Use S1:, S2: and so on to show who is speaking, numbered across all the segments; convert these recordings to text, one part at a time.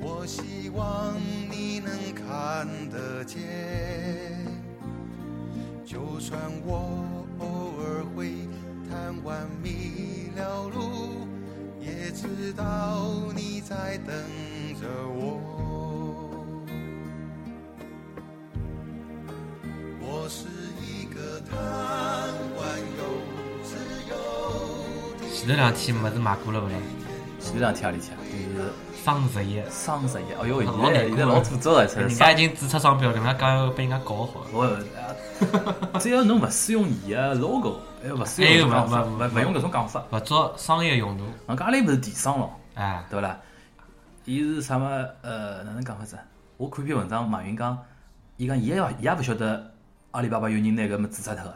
S1: 我希望你能看得见。就算我偶尔会贪玩迷了路，也知道你在等着我。我是一个贪玩又自由的。
S2: 前头两天么子买过了勿啦？
S3: 前两天里天就是
S2: 双十一，
S3: 双十一，哎哟，
S2: 老
S3: 现
S2: 难
S3: 在现
S2: 过
S3: 在
S2: 了
S3: 老土糟的，才
S2: 人
S3: 是
S2: 家
S3: 双
S2: 已经注册商标了，人家讲要被人家搞好。
S3: 我啊哎只要侬勿使用伊个 logo，哎，勿使用搿种讲法，
S2: 哎勿勿
S3: 勿勿用搿种讲法，
S2: 勿做商业用途，
S3: 人家阿拉又勿是电商咯，
S2: 哎，
S3: 对勿啦？伊是啥么？呃，哪能讲法子？我看篇文章，马云讲，伊讲伊也勿伊也勿晓得阿里巴巴有人拿搿么注册脱个，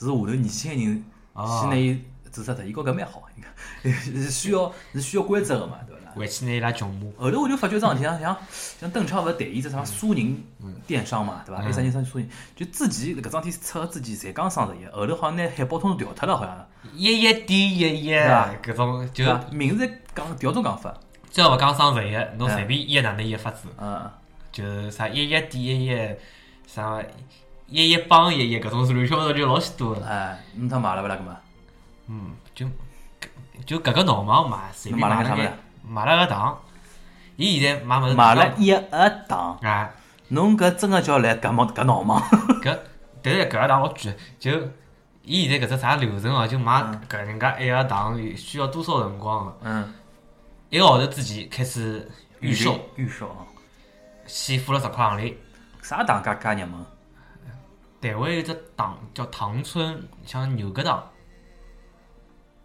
S3: 是下头年轻个人
S2: 哦
S3: 先拿伊注册脱，伊觉搿蛮好，伊讲 是需要是需要规则个嘛，对勿啦？
S2: 回去拿伊拉穷骂。
S3: 后头我就发觉这两天啊像像邓超勿是谈伊只啥苏宁电商嘛，对伐？
S2: 嗯
S3: 一三年三苏宁，就之前搿桩事体出个之前，侪讲双十一，后头好像拿海报统统调脱了，好像
S2: 一一点一一，
S3: 对吧
S2: 搿种就
S3: 对啊伐？名字讲调种讲法，
S2: 只要勿讲双十一，侬
S3: 嗯
S2: 随便一哪能一法子，
S3: 嗯，
S2: 就是啥一一点一一，啥一一帮一一搿种乱七八糟就老许多了。
S3: 哎，侬他买了勿啦？搿么？
S2: 嗯，就就搿个闹忙嘛，随便
S3: 买了
S2: 买
S3: 个啥物
S2: 了
S3: 事啊
S2: 个买了个糖，伊现在买物事
S3: 买了一盒糖，
S2: 啊，
S3: 侬搿真个叫来搿毛搿闹忙，
S2: 搿但是搿个糖老贵，就伊现在搿只啥流程哦，就买
S3: 嗯
S2: 搿人家一盒糖需要多少辰光啊？
S3: 嗯，
S2: 一个号头之前开始预售，
S3: 预售啊，
S2: 先付了十块行钿。
S3: 啥糖介介热门？
S2: 台湾有一只糖叫糖村，像牛轧糖，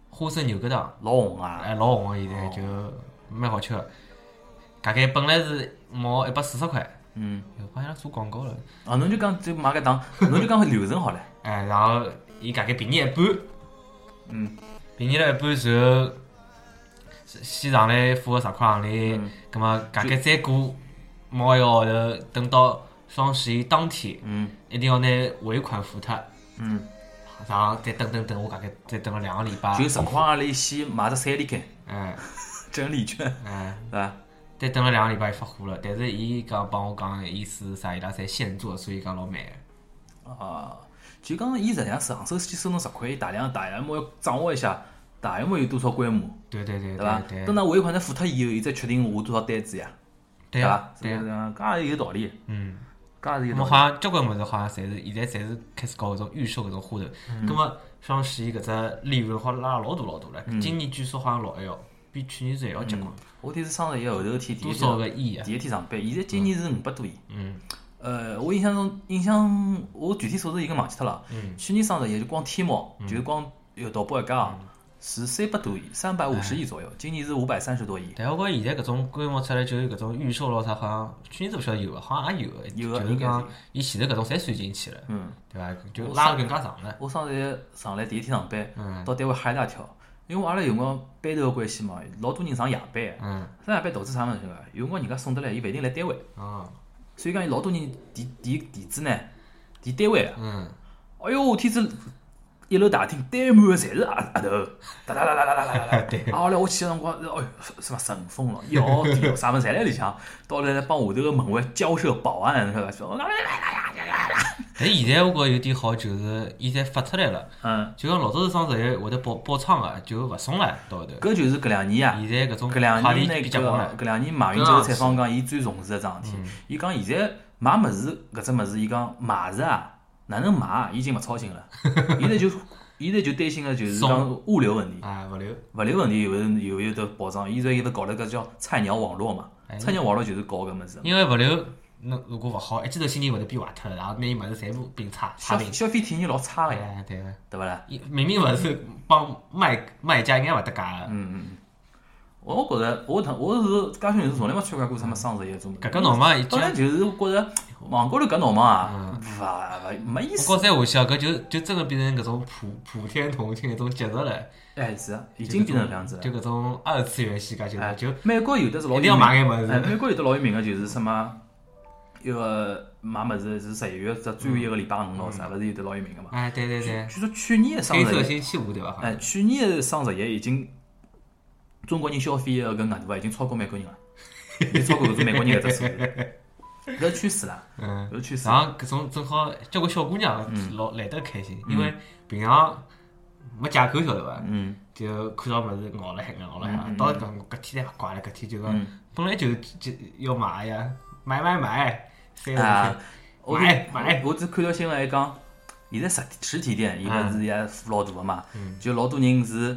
S2: 花生牛轧糖，
S3: 老红啊，
S2: 哎，老红的现在就蛮好吃的。大概本来是毛一百四十块，
S3: 嗯，
S2: 哎我发现他做广告了，
S3: 啊，侬就讲就买搿糖，侬就讲流程好了，
S2: 哎，然后伊大概便宜一半，
S3: 嗯，
S2: 便宜了一半之后，先先上来付个十块行钿
S3: 嗯，
S2: 葛么大概再过毛一个号头，等到双十一当天，
S3: 嗯
S2: 一定要拿尾款付脱。
S3: 嗯，
S2: 然后再等等等，我大概再等了两个礼拜，
S3: 就十块阿里先买只三里干，
S2: 嗯
S3: 整礼券，
S2: 嗯，
S3: 是伐？
S2: 再等了两个礼拜发货了，但是伊讲帮我讲，意思啥伊拉侪现做，所以讲老慢的。
S3: 啊，就讲伊实际上上手先收侬十块，伊大量大规模要掌握一下大规模有多少规模，
S2: 对对对
S3: 对伐？
S2: 对
S3: 等到尾款再付脱以后，伊再确定下多少单子呀，
S2: 对
S3: 伐
S2: 啊？
S3: 是
S2: 对
S3: 不
S2: 啊
S3: 是，啊？搿也有道理，
S2: 嗯，
S3: 搿也
S2: 那
S3: 有道
S2: 么
S3: 理。
S2: 好像交关物事好像侪是现在侪是开始搞搿种预售搿种花头，
S3: 嗯
S2: 那么双十一搿只利润好像拉老大老大了，
S3: 嗯
S2: 今年据说好像老还要比去年子还要结棍，
S3: 我天是双十一后头天第
S2: 多
S3: 一
S2: 少
S3: 天
S2: 个亿啊？
S3: 第一天上班，现在今年是五百多亿。
S2: 嗯
S3: 呃，我印象中印象我具体数字已经忘记脱了。
S2: 嗯，
S3: 去年双十一就光天猫，就是光有淘宝一家啊，
S2: 嗯
S3: 是三百多亿，三百五十
S2: 哎
S3: 亿左右。今年是五百三十多亿。
S2: 但我觉着现在搿种规模出来，就是搿种预售咯啥，好像去年子勿晓得有伐？好像也有的，
S3: 有的啊
S2: 就是
S3: 应该是有
S2: 讲伊前头搿种侪算进去了，
S3: 嗯，
S2: 对伐？就
S3: 我
S2: 拉
S3: 上
S2: 得更加长了。
S3: 我双十一上来第一天上班，
S2: 嗯
S3: 到单位吓一大跳，因为阿拉有辰光班头个关系嘛，老多人上夜班，
S2: 嗯
S3: 上夜班导致啥物事个？有辰光人家送得来，伊勿一定来单位，
S2: 哦
S3: 所以讲有老多人提提地址呢，提单位啊。
S2: 嗯，
S3: 哎哟，天子一楼大厅堆满的侪是阿阿头，哒哒哒哒哒哒哒哒。
S2: 对
S3: 啊，后来我去个辰光，哎哟，什么神风了，要屌啥物事侪来里向，到来帮下头个门卫交涉保安，晓得伐？说来来来来来来来，
S2: 但现在我觉着有点好，就是伊侪发出来了，
S3: 嗯，
S2: 就讲老早是双十一会得爆爆仓个，就勿送了到后头。
S3: 搿就是搿两年啊。
S2: 现在搿种
S3: 搿两
S2: 快
S3: 年
S2: 递
S3: 那
S2: 比
S3: 个
S2: 较广了，嗯
S3: 搿两年马云接受采访讲，伊最重视搿桩事体。伊讲现在买物事搿只物事，伊讲买是啊，哪能买啊，伊已经勿操 心了。现在就现在就担心个就是讲物流问题，
S2: 啊物流，
S3: 物流问题有人有有得保障。伊现在伊勿搞了搿叫菜鸟网络嘛
S2: 哎，
S3: 菜鸟网络就是搞搿物事。
S2: 因为物流侬如果勿好，一记头心情会得变坏脱，然后拿伊物事全部变差差
S3: 消
S2: 评。
S3: 消费体验老差个呀，
S2: 哎，对个，
S3: 对勿啦？
S2: 伊明明勿是帮卖卖家，应该勿搭界个。
S3: 嗯嗯嗯，我觉着我同我是家乡人是从来没参加过什么双十一种。
S2: 嗯搿个闹忙已
S3: 当
S2: 经，
S3: 然就是觉着网高头搿闹忙
S2: 嗯
S3: 啊，勿勿没意
S2: 我
S3: 思。
S2: 觉再下去啊，搿就就真的变成搿种普普天同庆的一种节日了，
S3: 哎，是啊，已经变成搿样子了
S2: 就。搿种二次元世界就是
S3: 哎，
S2: 就
S3: 美国有的是老有
S2: 一定要
S3: 名
S2: 买眼物
S3: 哎，
S2: 事，
S3: 美国有得老有名个就是什么，一个买物事是十一月只最后一个礼拜五咯，啥勿是有得老有名个嘛？
S2: 哎，对对对，
S3: 据说去年的双
S2: 嗯黑色
S3: 十
S2: 星
S3: 一，
S2: 期五对伐？好像
S3: 哎，去年的双十一已经中国人消费个搿额度啊，已经超过美国 人了，已经超过搿种美国人搿只数字， 搿趋势啦，
S2: 嗯，
S3: 搿趋势
S2: 然。后搿种正好交关小姑娘
S3: 嗯
S2: 老来得开心，因为平常没借口晓得伐？
S3: 嗯，
S2: 就看到物事咬了海咬了海
S3: 嗯，嗯
S2: 到搿搿天才怪了，搿天就讲
S3: 嗯
S2: 本来就是就要买呀，买买买，三
S3: 啊
S2: 十，
S3: 我
S2: 买买
S3: 我只看到新闻还讲，现在实体实体店伊勿是也扶老大个嘛
S2: 嗯，
S3: 就老多人是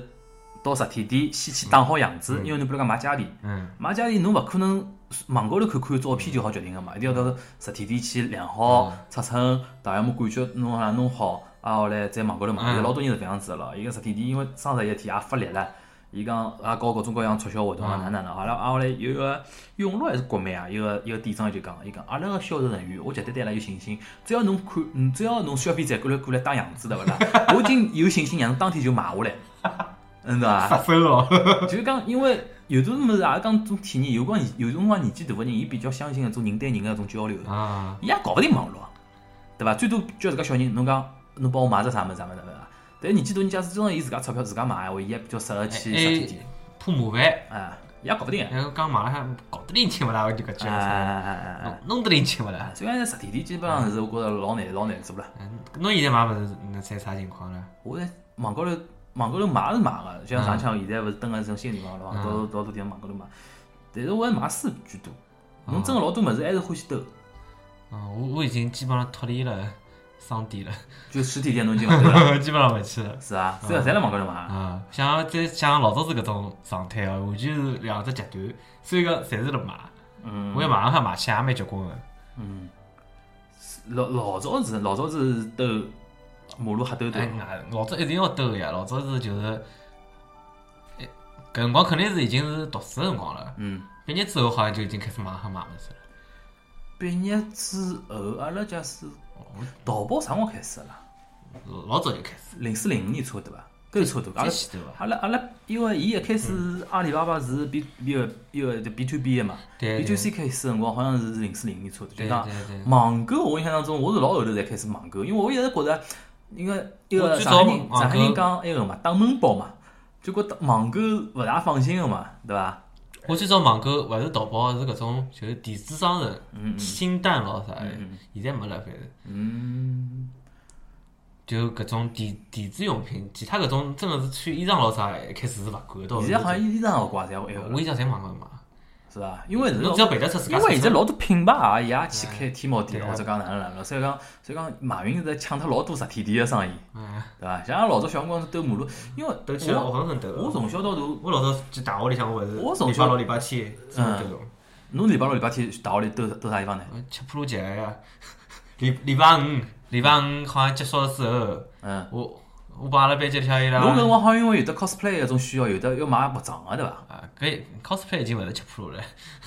S3: 到实体店先去打好样子，因为侬比如讲买家电。
S2: 嗯，
S3: 买家电侬勿可能网高头看看照片就好决定个嘛，一定要到实体店去量好尺寸，大约么感觉弄好弄好，啊后来再网高头买。
S2: 嗯
S3: 有老多人是搿样子个咯，伊个实体店因为双十一天也发力了，伊讲也搞各种各样促销活动啊，哪哪哪，阿拉啊后来有一个永乐还是国美啊，一个一个店长就讲，伊讲阿拉个销售人员，我绝对对阿拉有信心，只要侬看，嗯只要侬消费者过来过来打样子对勿啦，我已经有信心让侬当天就买下来，嗯对伐？
S2: 杀手 哦，
S3: 就是讲，因为有种物事，也讲种啊体验，有光有辰光年纪大个人，伊比较相信搿种人对人个种交流，
S2: 啊，
S3: 伊也搞勿定网络，对伐？最多叫自家小人，侬讲侬帮我买只啥物事啥物事啥物事啊。但年纪大人，假使真个伊自家钞票自家买的话，伊也比较适合去实体店，
S2: 怕麻烦，
S3: 啊，伊也搞勿定啊
S2: 然后讲马上搞得拎清勿啦，我就搿句
S3: 啊啊
S2: 话，
S3: 啊啊啊
S2: 弄弄得拎清勿啦
S3: 啊！。所以讲实体店基本上是我觉着老难老难做了。
S2: 嗯侬现在买物事，侬猜啥情况呢？
S3: 我在网高头网高头买是买个，就像上腔现在勿是蹲个种新地方了嘛，
S2: 嗯
S3: 到到多地方网高头买，但是我还买书居多。侬
S2: 哦
S3: 真个老多物事还是欢喜兜。
S2: 嗯，我我已经基本上脱离了商店了，
S3: 就实体店侬已经买对了，
S2: 基本上勿去了。
S3: 是啊，这
S2: 嗯
S3: 侪辣网高头买。
S2: 啊，像再像老早子搿种状态哦，完全是两只极端，所以讲侪是辣买。
S3: 嗯
S2: 我也马上看买起，也蛮结棍个。
S3: 嗯，老老早子老早子兜马路瞎兜兜
S2: 哎，，外老早一定要兜个呀，老早是就是，哎搿辰光肯定是已经是读书个辰光了，
S3: 嗯，
S2: 毕业之后好像就已经开始马上买物事了。
S3: 毕业之后，阿拉假使淘宝啥辰光开始的啦？
S2: 老早就开始，啊
S3: 零四零五年差勿多吧，搿就差勿多。阿
S2: 最
S3: 拉
S2: 前头伐？
S3: 阿拉阿拉，因为伊一开
S2: 嗯
S3: 始阿里巴巴是 B B 个 B 个 B to B 的嘛
S2: 对
S3: ，B
S2: 对
S3: to C 开始的辰光好像是零四零五年差勿多，就
S2: 对
S3: 讲
S2: 对对。
S3: 网购，我印象当中我是老后头才开始网购，因为我一直觉着，因为一
S2: 我
S3: 个
S2: 最
S3: 上海
S2: 早
S3: 人
S2: 网
S3: 上海
S2: 购
S3: 人讲埃个嘛，打闷包嘛，就觉得网购勿大放心个嘛，对伐？
S2: 我最早网购勿是淘宝，是搿种就是电子商城，新蛋咯啥的
S3: 嗯，
S2: 现在没了，反正
S3: 嗯，
S2: 就搿种电电子用品，其他搿种真的是穿衣裳咯啥的，一啊开始是勿管的。
S3: 现在好像衣裳我挂侪埃
S2: 我
S3: 个，
S2: 衣裳侪网高头买，
S3: 是伐？因为是
S2: 侬只要背得出自家
S3: 因
S2: 尺寸。
S3: 为现在老多品牌啊，伊也去开天猫店
S2: 对啊
S3: 或者讲哪能哪能，所以讲所以讲马云是抢脱老多实体店个生意，
S2: 嗯，
S3: 对伐？像俺老早小辰光是兜马路，因为
S2: 都去了，我
S3: 我
S2: 狠狠抖。
S3: 我从小到大
S2: 我老早去大学里向，我勿是
S3: 我从
S2: 礼
S3: 小
S2: 拜六、礼拜天，
S3: 嗯
S2: 这种
S3: 侬礼拜六、礼拜天大学里兜兜啥地方呢？
S2: 呃吃普鲁杰呀。 礼礼拜五，礼拜五好像结束了之后，
S3: 嗯。
S2: 我我帮阿拉班级里向伊拉
S3: 侬搿辰光好像因为有的 cosplay 搿种需要，有的要买服装个对伐
S2: 啊，搿 cosplay 已经勿是吃普鲁了，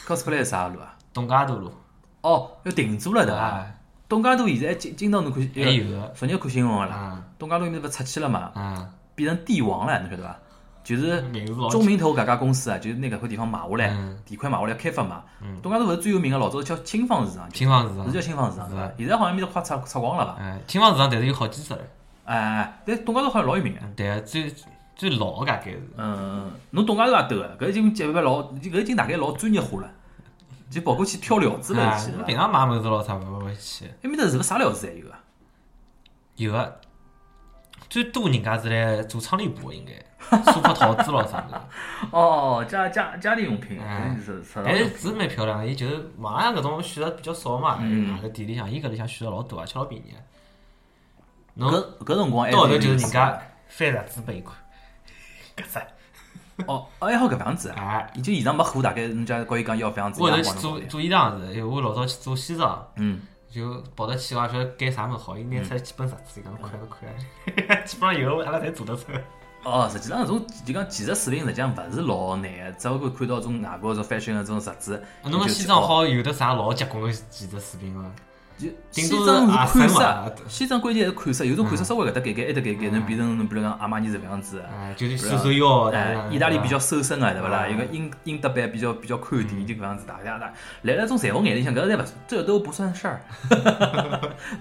S3: ？cosplay 是啥路啊？
S2: 东家大路
S3: 哦，要定做了对伐？
S2: 啊，
S3: 东家头现在今今朝侬看，
S2: 还有个
S3: 昨日看新闻个啦，
S2: 啊
S3: 东家头面勿出去了嘛，
S2: 啊，
S3: 变成帝王了，侬晓得伐？就是
S2: 名字老
S3: 中名头搿家公司啊，就是拿搿块地方买下来
S2: 嗯，
S3: 地块买下来开发嘛。东家头勿是最有名个，老早叫青坊市场，
S2: 青房市
S3: 是啊叫
S2: 场，
S3: 青坊市场对
S2: 是
S3: 伐
S2: 啊？
S3: 现在好像面头快拆拆光了伐？
S2: 嗯，青房市场，但是有好几只了，
S3: 哎哎，但东家头好像老有名个。
S2: 嗯对啊，最最老个大概是，
S3: 嗯，侬东家头也兜个，搿已经级别老，搿已经大概老专业化了，就跑过去挑料子了
S2: 啊
S3: 去，了
S2: 平。常买物事咯啥勿会去。
S3: 埃面搭是勿是啥料子侪有啊？
S2: 有个，最多人家是来做窗帘布，应 该梳发桃子咯啥的。
S3: 哦，家家家庭用品，
S2: 哎
S3: 是是
S2: 但是是蛮漂亮的，伊就是网上搿种选择比较少嘛，
S3: 嗯
S2: 外头店里向，伊搿里向选择老多啊，吃老便宜的。侬到
S3: 搿哎搿辰光还
S2: 后头就是人家翻杂志拨伊看，搿只
S3: 哦，哦还好搿样子啊，
S2: 哎，
S3: 伊就现场没货，大概人家告伊讲要搿样子，
S2: 我后头
S3: 伊也
S2: 去
S3: 帮
S2: 做
S3: 侬搞定
S2: 做衣裳是，因为我老早去做西装，
S3: 嗯，
S2: 就跑得去，我也勿 晓得拣啥物事好，伊拿出来几本杂志，伊讲侬看侬看，基本上有的阿拉侪做得出。
S3: 哦，实际上种就讲技术水平实际上勿是老难个，只不过看到种外国种 fashion 个种杂志，
S2: 啊侬讲
S3: 嗯就
S2: 西
S3: 知
S2: 藏
S3: 道
S2: 好有的啥老结棍个技术水平伐？
S3: 就
S2: 顶
S3: 西
S2: 多是
S3: 装是
S2: 阿嗯
S3: 款
S2: 森
S3: 式
S2: 嘛，
S3: 西装关键是款式，有种款式稍微搿搭改改，埃搭改改，能变成比如讲阿玛尼这个样子。
S2: 哎，就是
S3: 是
S2: 收
S3: 啊
S2: 收腰，
S3: 哎，意大利比较收身个，对勿啦？
S2: 嗯
S3: 有个英英德版比较比较宽一点，就搿样子，大家大。来了种财富眼里向，搿侪勿，这都不 算事儿。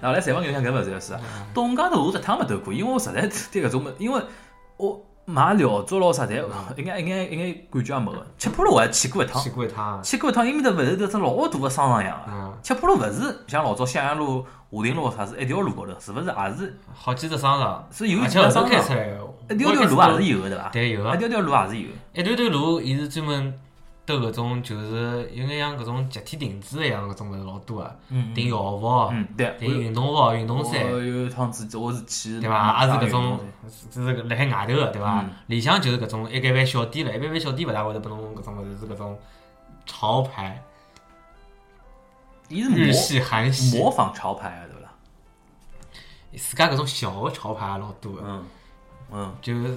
S3: 然后来财富眼里向，搿勿算
S2: 嗯
S3: 事。东江头我一趟没兜过，因为我实在对搿种物，因为我买料做咯啥，侪
S2: 嗯
S3: 一眼一眼一眼感觉也没个。吃破了我还去过一趟
S2: 去，过一趟啊，
S3: 去过一趟，伊面搭勿是迭只老大个商场一样个。
S2: 嗯，
S3: 七浦路勿是像老早襄阳路、华亭路啥是一条路高头，是勿是也是
S2: 好几只商场，
S3: 是有
S2: 而
S3: 几
S2: 且
S3: 条
S2: 勿啊是
S3: 商
S2: 开
S3: 场
S2: 出来的，
S3: 一条条路也啊是有哎个对伐？
S2: 对有
S3: 一
S2: 个，
S3: 条条路也是有的。
S2: 一段段路伊是专门兜搿种，就是有眼像搿种集体定制一样搿种物事老多啊个，
S3: 嗯
S2: 订校服，
S3: 嗯，对。
S2: 订运动服、运动
S3: 我
S2: 衫，
S3: 我有一趟子我是去
S2: 对伐？也
S3: 也
S2: 是搿种，就是辣海外头个，对伐
S3: 嗯？
S2: 里向就是搿种一间间小店了，一间间小店勿大会得拨侬搿种物事，是搿种潮牌、
S3: 伊是
S2: 日
S3: 模
S2: 系、韩系，
S3: 模仿潮牌个对伐？
S2: 自家搿种小个潮牌也老多个，
S3: 嗯嗯
S2: 就是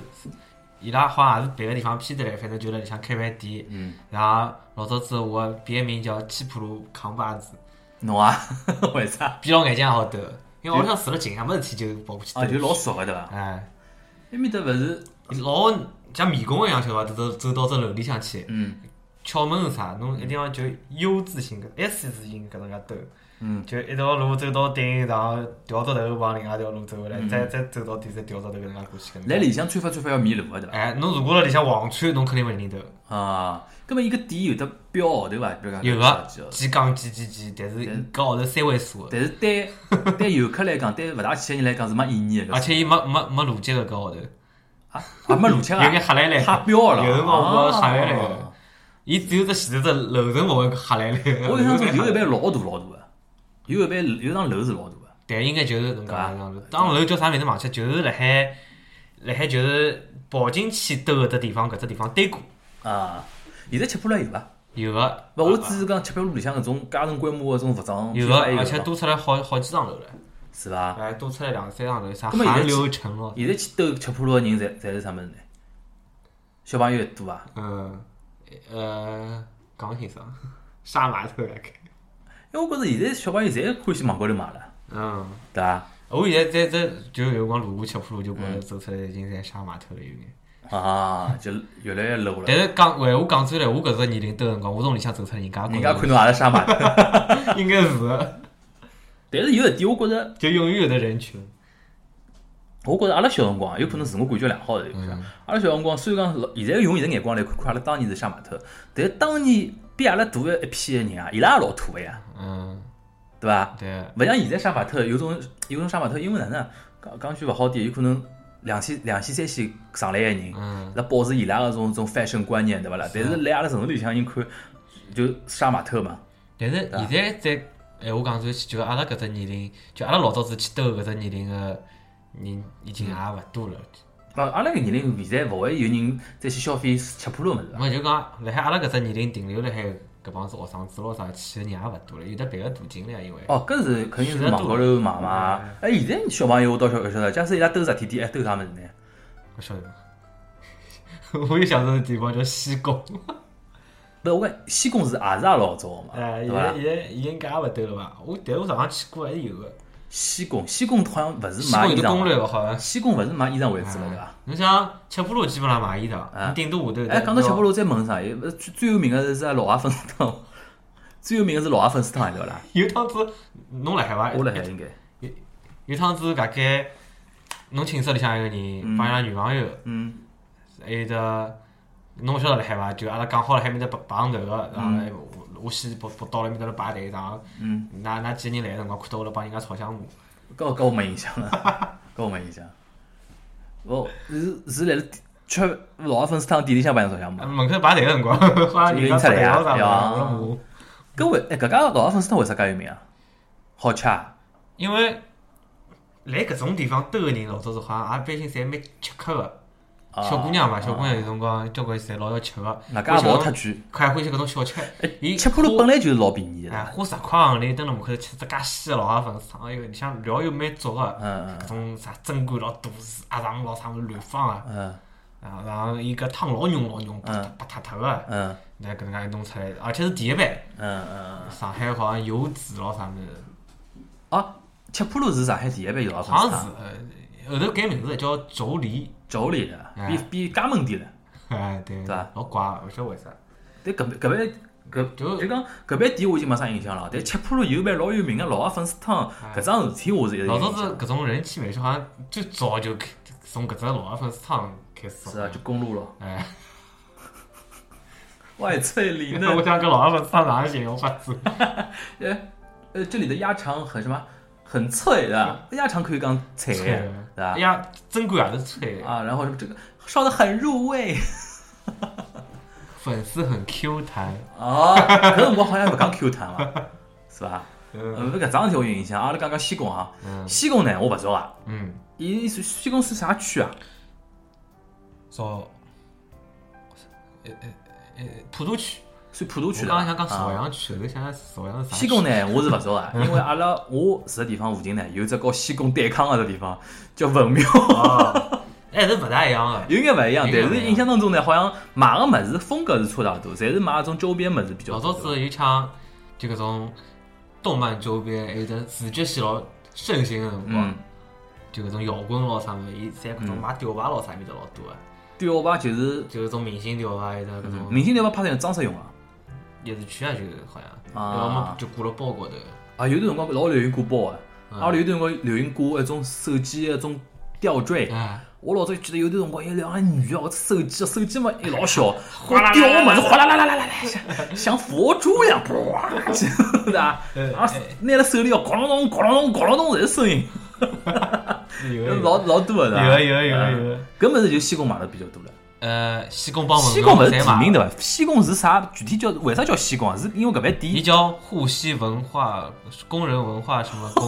S2: 伊拉好像也是别个地方批得来，反正就辣里向开饭店。
S3: 嗯，
S2: 然后老早子我别名叫七浦路扛把子，
S3: 侬啊 为啥？
S2: 闭牢眼睛也好抖，因为屋里向住了近啊，没事体就跑过去
S3: 啊，
S2: 兜。
S3: 就老熟个对伐？
S2: 哎，
S3: 埃面搭勿是
S2: 老像迷宫一样，晓得伐？走走到这楼里向去，
S3: 嗯
S2: 敲门是啥？侬一定要就 U 字形个 S 字形搿能介兜，
S3: 嗯
S2: 就一条路走到顶，然后调到头往另外一条路走回来，再再走到底，再调到头搿能介过去。搿能
S3: 来
S2: 介
S3: 嗯里向穿法穿法要迷路个对伐？
S2: 哎，侬如果辣里向横穿，侬肯定勿认得。
S3: 啊，搿么伊个店有得标号头伐？比如讲
S2: 有
S3: 个哦
S2: 个几杠几几几，但是一个号头三位数的，
S3: 但是啊对对游客来讲，对勿大去的人来讲是没意义的，
S2: 而且伊没没没逻辑个搿号头，有
S3: 啊还没路腔
S2: 眼
S3: 啊，
S2: 瞎来来。
S3: 太标了，
S2: 有辰光我
S3: 啊
S2: 瞎来来的。伊只有只前头只楼层勿会吓来来。
S3: 我印象中有一爿老大老大的，有一爿有一幢楼是老大的，
S2: 对，应该就是搿能介
S3: 吧
S2: 样子。当楼叫啥名字忘记，就是辣海辣海就是跑进去兜搿只地方，搿只地方对过
S3: 啊，现在七浦路有伐？
S2: 有个，
S3: 勿，我只是讲七浦路里向搿种家庭规模的搿种服装
S2: 有
S3: 批
S2: 个，
S3: 发
S2: 而
S3: 也有
S2: 且
S3: 伐
S2: 多出来好好几幢楼了，
S3: 是伐？
S2: 哎，多出来两三幢楼，啥
S3: 那么现在
S2: 韩流城咯，
S3: 现在去兜七浦路的人侪侪是啥物事呢？小朋友多啊伐？
S2: 嗯，呃，讲清爽， 杀馒头来开，
S3: 因为我觉着现在小朋友侪欢喜网高头买了，
S2: 嗯。
S3: 对伐？
S2: 我现在在在就有辰光路过七浦路，就觉着走出来已经在杀码头了有眼。
S3: 啊，就越来越 low 了
S2: 但。是讲闲话讲出来，我搿只年龄段辰光，我从里向走出来，人家
S3: 人
S2: 觉
S3: 家
S2: 得
S3: 看侬也是瞎买的，
S2: 应该是
S3: 但是有一点，我觉着，
S2: 就永远有的人群。
S3: 我觉着阿拉小辰光啊有可能自我感觉良好的，有可能阿拉小辰光虽然讲老现在用现在眼光来看，看阿拉当年是瞎买头，但是当年比阿拉大的一批的人啊，伊拉也老土的呀，
S2: 嗯，
S3: 对伐？
S2: 对，
S3: 勿像现在瞎买头，有种有种瞎买头，因为哪能啊讲讲句勿好听，有可能两线两线三线上来的人，
S2: 嗯，
S3: 那保持伊拉个种种 fashion 观念，对伐啦？但是来阿拉城市里向人看，就瞎买头嘛，
S2: 但是现在在闲话讲出去，就阿拉搿只年龄，就阿拉老早子去兜搿只年龄个人已经也勿多了。
S3: 啊，阿拉搿年龄现在勿会有人再去消费吃破了物事啊。
S2: 没就讲辣海阿拉搿只年龄停留辣海搿帮子学生子咯啥去个人也勿多了，有的别个途径了呀，因为
S3: 哦，搿是肯定是网高头买嘛。哎，现在小朋友我倒晓晓得，假使伊拉兜实体店，还哎兜啥物事呢？
S2: 勿晓得。 我又想到个地方叫西贡，
S3: 勿，我讲西贡是也是也老早个 嘛，
S2: 哎，
S3: 对
S2: 现
S3: 伐
S2: 在
S3: 啦？
S2: 现在应该也勿兜了吧？我但我上趟去过还是有个，
S3: 西贡，西贡好像勿是
S2: 西
S3: 买
S2: 贡有
S3: 衣
S2: 的攻略
S3: 裳，
S2: 勿好像。
S3: 西贡勿是买衣裳为主了，对伐
S2: 啊？侬想吃浦路基本上买衣裳，
S3: 啊
S2: 你顶多下头。
S3: 哎，讲到吃破，路，再问啥？伊勿是最最有名个是老鸭粉丝汤，最有名个是老鸭粉丝汤，对勿啦？
S2: 有趟子侬辣海伐？
S3: 我辣海应该，
S2: 有趟子大概侬寝室里向有个人帮伊拉女朋友，
S3: 嗯，
S2: 还有得侬勿晓得辣海伐？就阿拉讲好了海面搭排排行头个，然后我我先跑跑到了面搭来排队，然后
S3: 嗯
S2: 㑚㑚几个人来个辰光，看到我辣帮人家炒香芋，
S3: 搿搿我没印象了， 搿我没印象。哦，是是辣辣吃老鸭粉丝汤店里向办的照相吗？
S2: 啊门口排队个辰光， 好像人家炒香啥
S3: 嗯有人出来啊
S2: 的，我辣骂
S3: 搿为哎，搿家老鸭粉丝汤为啥介有名啊？好吃啊！
S2: 因为来搿种地方兜个人老早子好像也般性侪蛮吃客个。
S3: 啊
S2: 小姑娘嘛，小姑娘有辰光交关侪老要吃个，
S3: 外加也勿好太贵。
S2: 快欢喜搿种小吃。伊
S3: 吃破了本来就是老便宜
S2: 哎，
S3: 的，
S2: 花十块行钿蹲辣门口吃只介鲜个老鸭粉丝汤，哎呦，里向料又蛮足个，
S3: 嗯
S2: 搿种啥蒸干老大，鸭肠老啥物事乱放啊，
S3: 嗯，
S2: 啊，然后伊搿汤老浓老浓，白
S3: 嗯
S2: 白塌塌个，
S3: 嗯
S2: 那搿能介弄出来，而且是第一版，
S3: 嗯嗯，嗯
S2: 上海好像有籽咯啥物事，
S3: 哦，切普鲁是上海第一杯油老公
S2: 好
S3: 司
S2: 像是
S3: 啊，
S2: 呃后头改名字叫妯娌，
S3: 九里的，
S2: 哎
S3: 比比加盟店了。
S2: 哎对，
S3: 对吧
S2: 老怪，勿晓得为啥，
S3: 但搿搿杯搿
S2: 就
S3: 就讲搿杯店我已经没啥印象了，但切普鲁有杯老有名个老鸭粉丝汤，搿桩事体我是一直有
S2: 嗯老早
S3: 印
S2: 子
S3: 象。
S2: 搿种人气美食好像最早就开从搿只老鸭粉丝汤开始，
S3: 是啊，就公路咯，
S2: 哎，
S3: 外脆里
S2: 那 我
S3: 嫩。
S2: 想搿老鸭粉丝汤哪能形容法子？
S3: 呃呃，这里的鸭肠很什么？很脆的，鸭肠可以讲脆，
S2: 脆
S3: 是 吧
S2: 哎？呀，真管也是脆，
S3: 啊，然后什么这个烧的很入味
S2: 粉丝很 Q 弹，
S3: 哦，搿辰光好像勿讲 Q 弹 嘛，是吧？呃，
S2: 嗯
S3: 勿搿桩事体我有印象。阿拉讲讲西贡啊，
S2: 嗯
S3: 西贡呢我勿熟啊，
S2: 嗯。
S3: 伊是西贡是啥区啊？
S2: 找，呃呃呃，普渡区。
S3: 算普陀
S2: 我
S3: 区
S2: 刚
S3: 的。
S2: 刚想讲朝
S3: 啊
S2: 阳区，后头想想朝阳是啥区？
S3: 西贡呢，我是勿熟 啊，因为阿拉我住个地方附近呢，有一只和西贡对抗个地方叫 文庙，
S2: 哦，哎，是不大一样的。
S3: 有眼勿一样。但
S2: 有眼勿一
S3: 是
S2: 样
S3: 印象当中呢，好像买个物事风格是差大多，侪是买那种周边物事比较
S2: 老
S3: 多。
S2: 早子有像就搿种动漫周边，还哎有得视觉系老盛行的辰光
S3: 嗯，，
S2: 就搿种摇滚咯啥物事，伊侪搿种买吊牌咯啥物事老多的，
S3: 吊牌哦就是
S2: 就搿种明星吊牌，还有得搿种
S3: 明星吊牌拍成装饰用啊了
S2: 夜市区啊，就好像，
S3: 啊
S2: 要么就挂了包高头。
S3: 啊，有段辰光老流行挂包个，
S2: 嗯
S3: 阿拉有段辰光流行挂一种手机的一种吊坠。
S2: 哎，
S3: 我老早记得有段辰光有两个女的，我手机手机嘛也老小，
S2: 哗啦啦
S3: 吊
S2: 啦
S3: 个
S2: 啦
S3: 物事哗啦啦啦啦啦啦，像像佛珠一样，啪，是吧？
S2: 嗯
S3: 啊，拿了手里哦，咣啷咚，咣啷咚，咣啷咚，侪是声音，
S2: 有的
S3: 老老多的，是吧？
S2: 有的有的有的
S3: 嗯
S2: 有的。
S3: 搿物事就西贡买的比较多了。
S2: 呃，西贡帮文
S3: 西贡勿是
S2: 侪
S3: 地
S2: 买
S3: 名对伐？西贡是啥？具体叫为啥叫西贡啊？是因为搿爿
S2: 你
S3: 店
S2: 叫沪西文化工人文化什么 工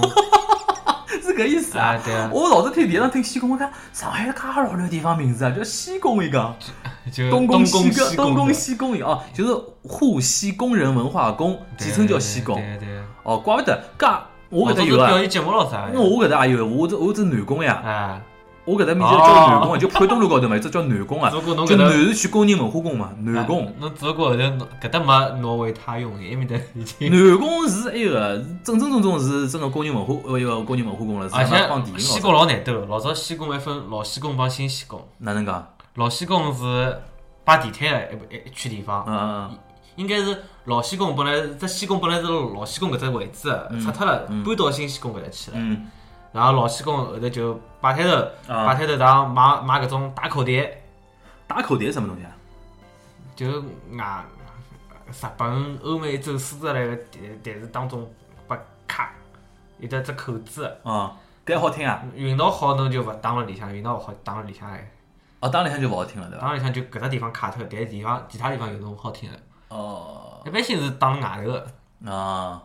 S3: 是搿意思
S2: 啊？
S3: 啊？
S2: 对啊，
S3: 我老是听电视上听西贡，我讲上海介老乱地方名字啊，叫西贡一个。
S2: 就
S3: 东
S2: 宫
S3: 西
S2: 西
S3: 东
S2: 宫
S3: 宫西工营哦，就是沪西工人文化宫，
S2: 对
S3: 简称叫西工
S2: 对哦对，
S3: 哦，怪不得，噶我搿搭
S2: 这
S3: 有
S2: 表
S3: 啊，
S2: 演节目了啥呀？
S3: 那我搿搭也有，我这我这南工呀，
S2: 啊，
S3: 我搿搭面积叫南工啊，就浦东路高头嘛，有只叫南 工啊
S2: 只，不过侬
S3: 就
S2: 搿
S3: 南
S2: 搭
S3: 市区工人文化宫嘛，南
S2: 啊
S3: 工，
S2: 侬只不过后头侬搿搭没挪为他用，埃面搭已 经，
S3: 南工是埃个正正宗宗是真个工人文化，呃，一个工人文化宫了，是
S2: 而
S3: 他妈放电
S2: 且啊
S3: 影
S2: 西
S3: 了，
S2: 贡老难斗，老早西贡还分老西贡帮新西贡，
S3: 哪能啊讲？
S2: 老西贡是摆地铁的一部一一区地方。
S3: 嗯嗯
S2: 应该是老西贡本来是，这西贡本来是老西贡搿只位置
S3: 嗯
S2: 拆脱了，
S3: 嗯
S2: 搬到新西贡搿搭去了。
S3: 嗯
S2: 然后老西贡后头就摆摊头，
S3: 嗯
S2: 摆
S3: 啊，
S2: 摊头然后买买搿种打口碟，
S3: 打口碟什么东西啊？
S2: 就是外日本、欧美走私得来个碟，但是当中把卡有得只口子，
S3: 啊，搿还好听啊，
S2: 运道好侬就勿打了里向，运道勿好打了里向哎，
S3: 哦，当里向就勿好听了，对伐？
S2: 打了里向就搿只地方卡脱，但是地方其他地方有种好听的，
S3: 哦，
S2: 一般性是打了外头的，
S3: 啊。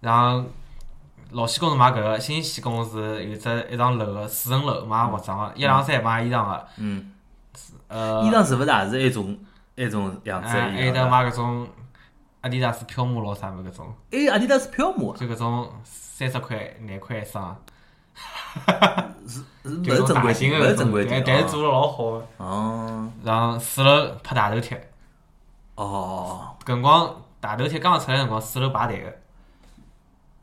S2: 然后。老西贡是买搿个，新西贡是有只一幢楼个四层楼买服装个，一两三买衣裳个，
S3: 嗯，
S2: 呃，
S3: 衣裳是勿是也是埃种埃种样子
S2: 哎，还
S3: 的衣
S2: 有得
S3: 裳？
S2: 买搿种阿迪达斯飘马咯啥物事搿种，
S3: 哎，阿迪达斯飘马
S2: 就搿种三十块、廿块一双，
S3: 是勿
S2: 就是搿种
S3: 正
S2: 大
S3: 规店，
S2: 型
S3: 勿
S2: 的
S3: 是
S2: 搿
S3: 正
S2: 种
S3: 规
S2: 哎
S3: 店。啊
S2: 但是做了老好的。
S3: 哦
S2: 然后四楼拍大头贴，
S3: 哦哦
S2: 搿辰光大头贴刚刚出来的辰光，四楼排队个，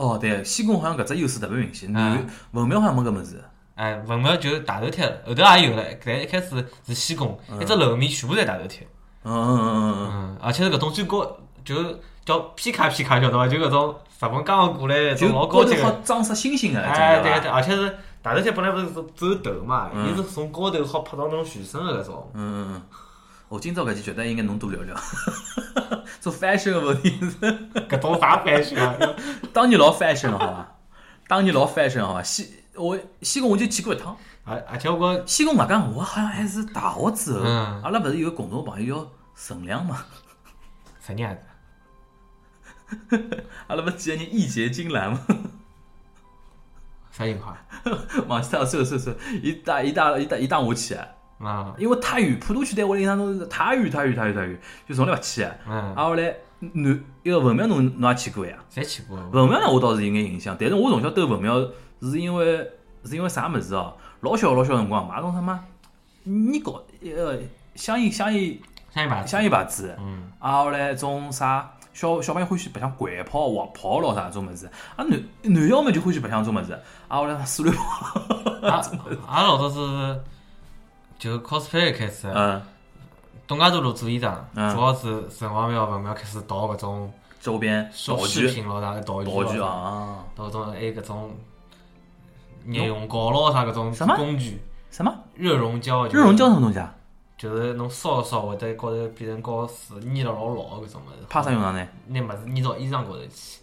S3: 哦，对，西贡好像搿只优势特别明显，
S2: 啊
S3: 南文庙好像没搿物事。
S2: 哎，文庙就是大头贴了，后头也有了，但一开始是西贡，一只楼面全部侪大头贴，
S3: 嗯嗯嗯嗯嗯，
S2: 嗯，而且是搿种最高就是叫皮卡皮卡，晓得伐？就搿种日本刚刚过来的，
S3: 就
S2: 种嗯老
S3: 高
S2: 高
S3: 头
S2: 级
S3: 好
S2: 个，
S3: 装饰星星个，
S2: 哎，
S3: 种
S2: 对
S3: 对
S2: 对，
S3: 伐？
S2: 而且是大头贴本来勿是走头嘛，
S3: 嗯
S2: 伊是从高头好拍到侬全身个搿种。
S3: 嗯嗯嗯，我今朝搿期觉得应该侬多聊聊， 做 fashion 个问题，
S2: 搿种啥翻身啊？
S3: 当年老 fashion 了好伐？当年老 fashion 了好伐？西我西贡我就去过一趟。
S2: 而而且我觉
S3: 西贡外讲，我好像还是大学之后，
S2: 嗯
S3: 阿拉勿是有个共同朋友叫陈亮嘛？
S2: 啥人啊？
S3: 阿拉勿是几个人义结金兰嘛？
S2: 啥情况？
S3: 忘记脱了，算了算了算了，伊带伊带伊带伊带我去的，
S2: 啊，
S3: 因为太远，普陀区对我的印象中是太远太远太远太远，就从来勿去的。
S2: 嗯，
S3: 啊，后来南一个文庙侬侬也去过呀？
S2: 侪去过。
S3: 文庙呢，我倒是有眼印象，但是我从小对文庙是因为是因为啥物事哦？老小老小辰光买种什么你搞呃香烟香烟
S2: 像一把
S3: 香烟牌子，
S2: 嗯，
S3: 啊后来种啥小小朋友欢喜白相掼炮、滑炮咯啥种物事，啊男男小们就欢喜白相种物事，啊后来塑料炮，
S2: 阿阿啊老早是就 cosplay 开始，
S3: 嗯，
S2: 东家大路做衣裳，
S3: 嗯
S2: 主要是城隍庙文庙开始盗搿种
S3: 周边
S2: 小
S3: 道
S2: 饰
S3: 具
S2: 品咯啥道具
S3: 道具
S2: 咯，
S3: 啊，
S2: 到种还有搿种热熔胶咯啥搿种
S3: 什么
S2: 工具，
S3: 什么
S2: 热熔胶就是
S3: 热熔胶什么东西啊？
S2: 就是侬烧一烧会得高头变成胶水，粘了老牢啊搿种物事，
S3: 怕啥用场呢？
S2: 拿物事粘到衣裳高头去。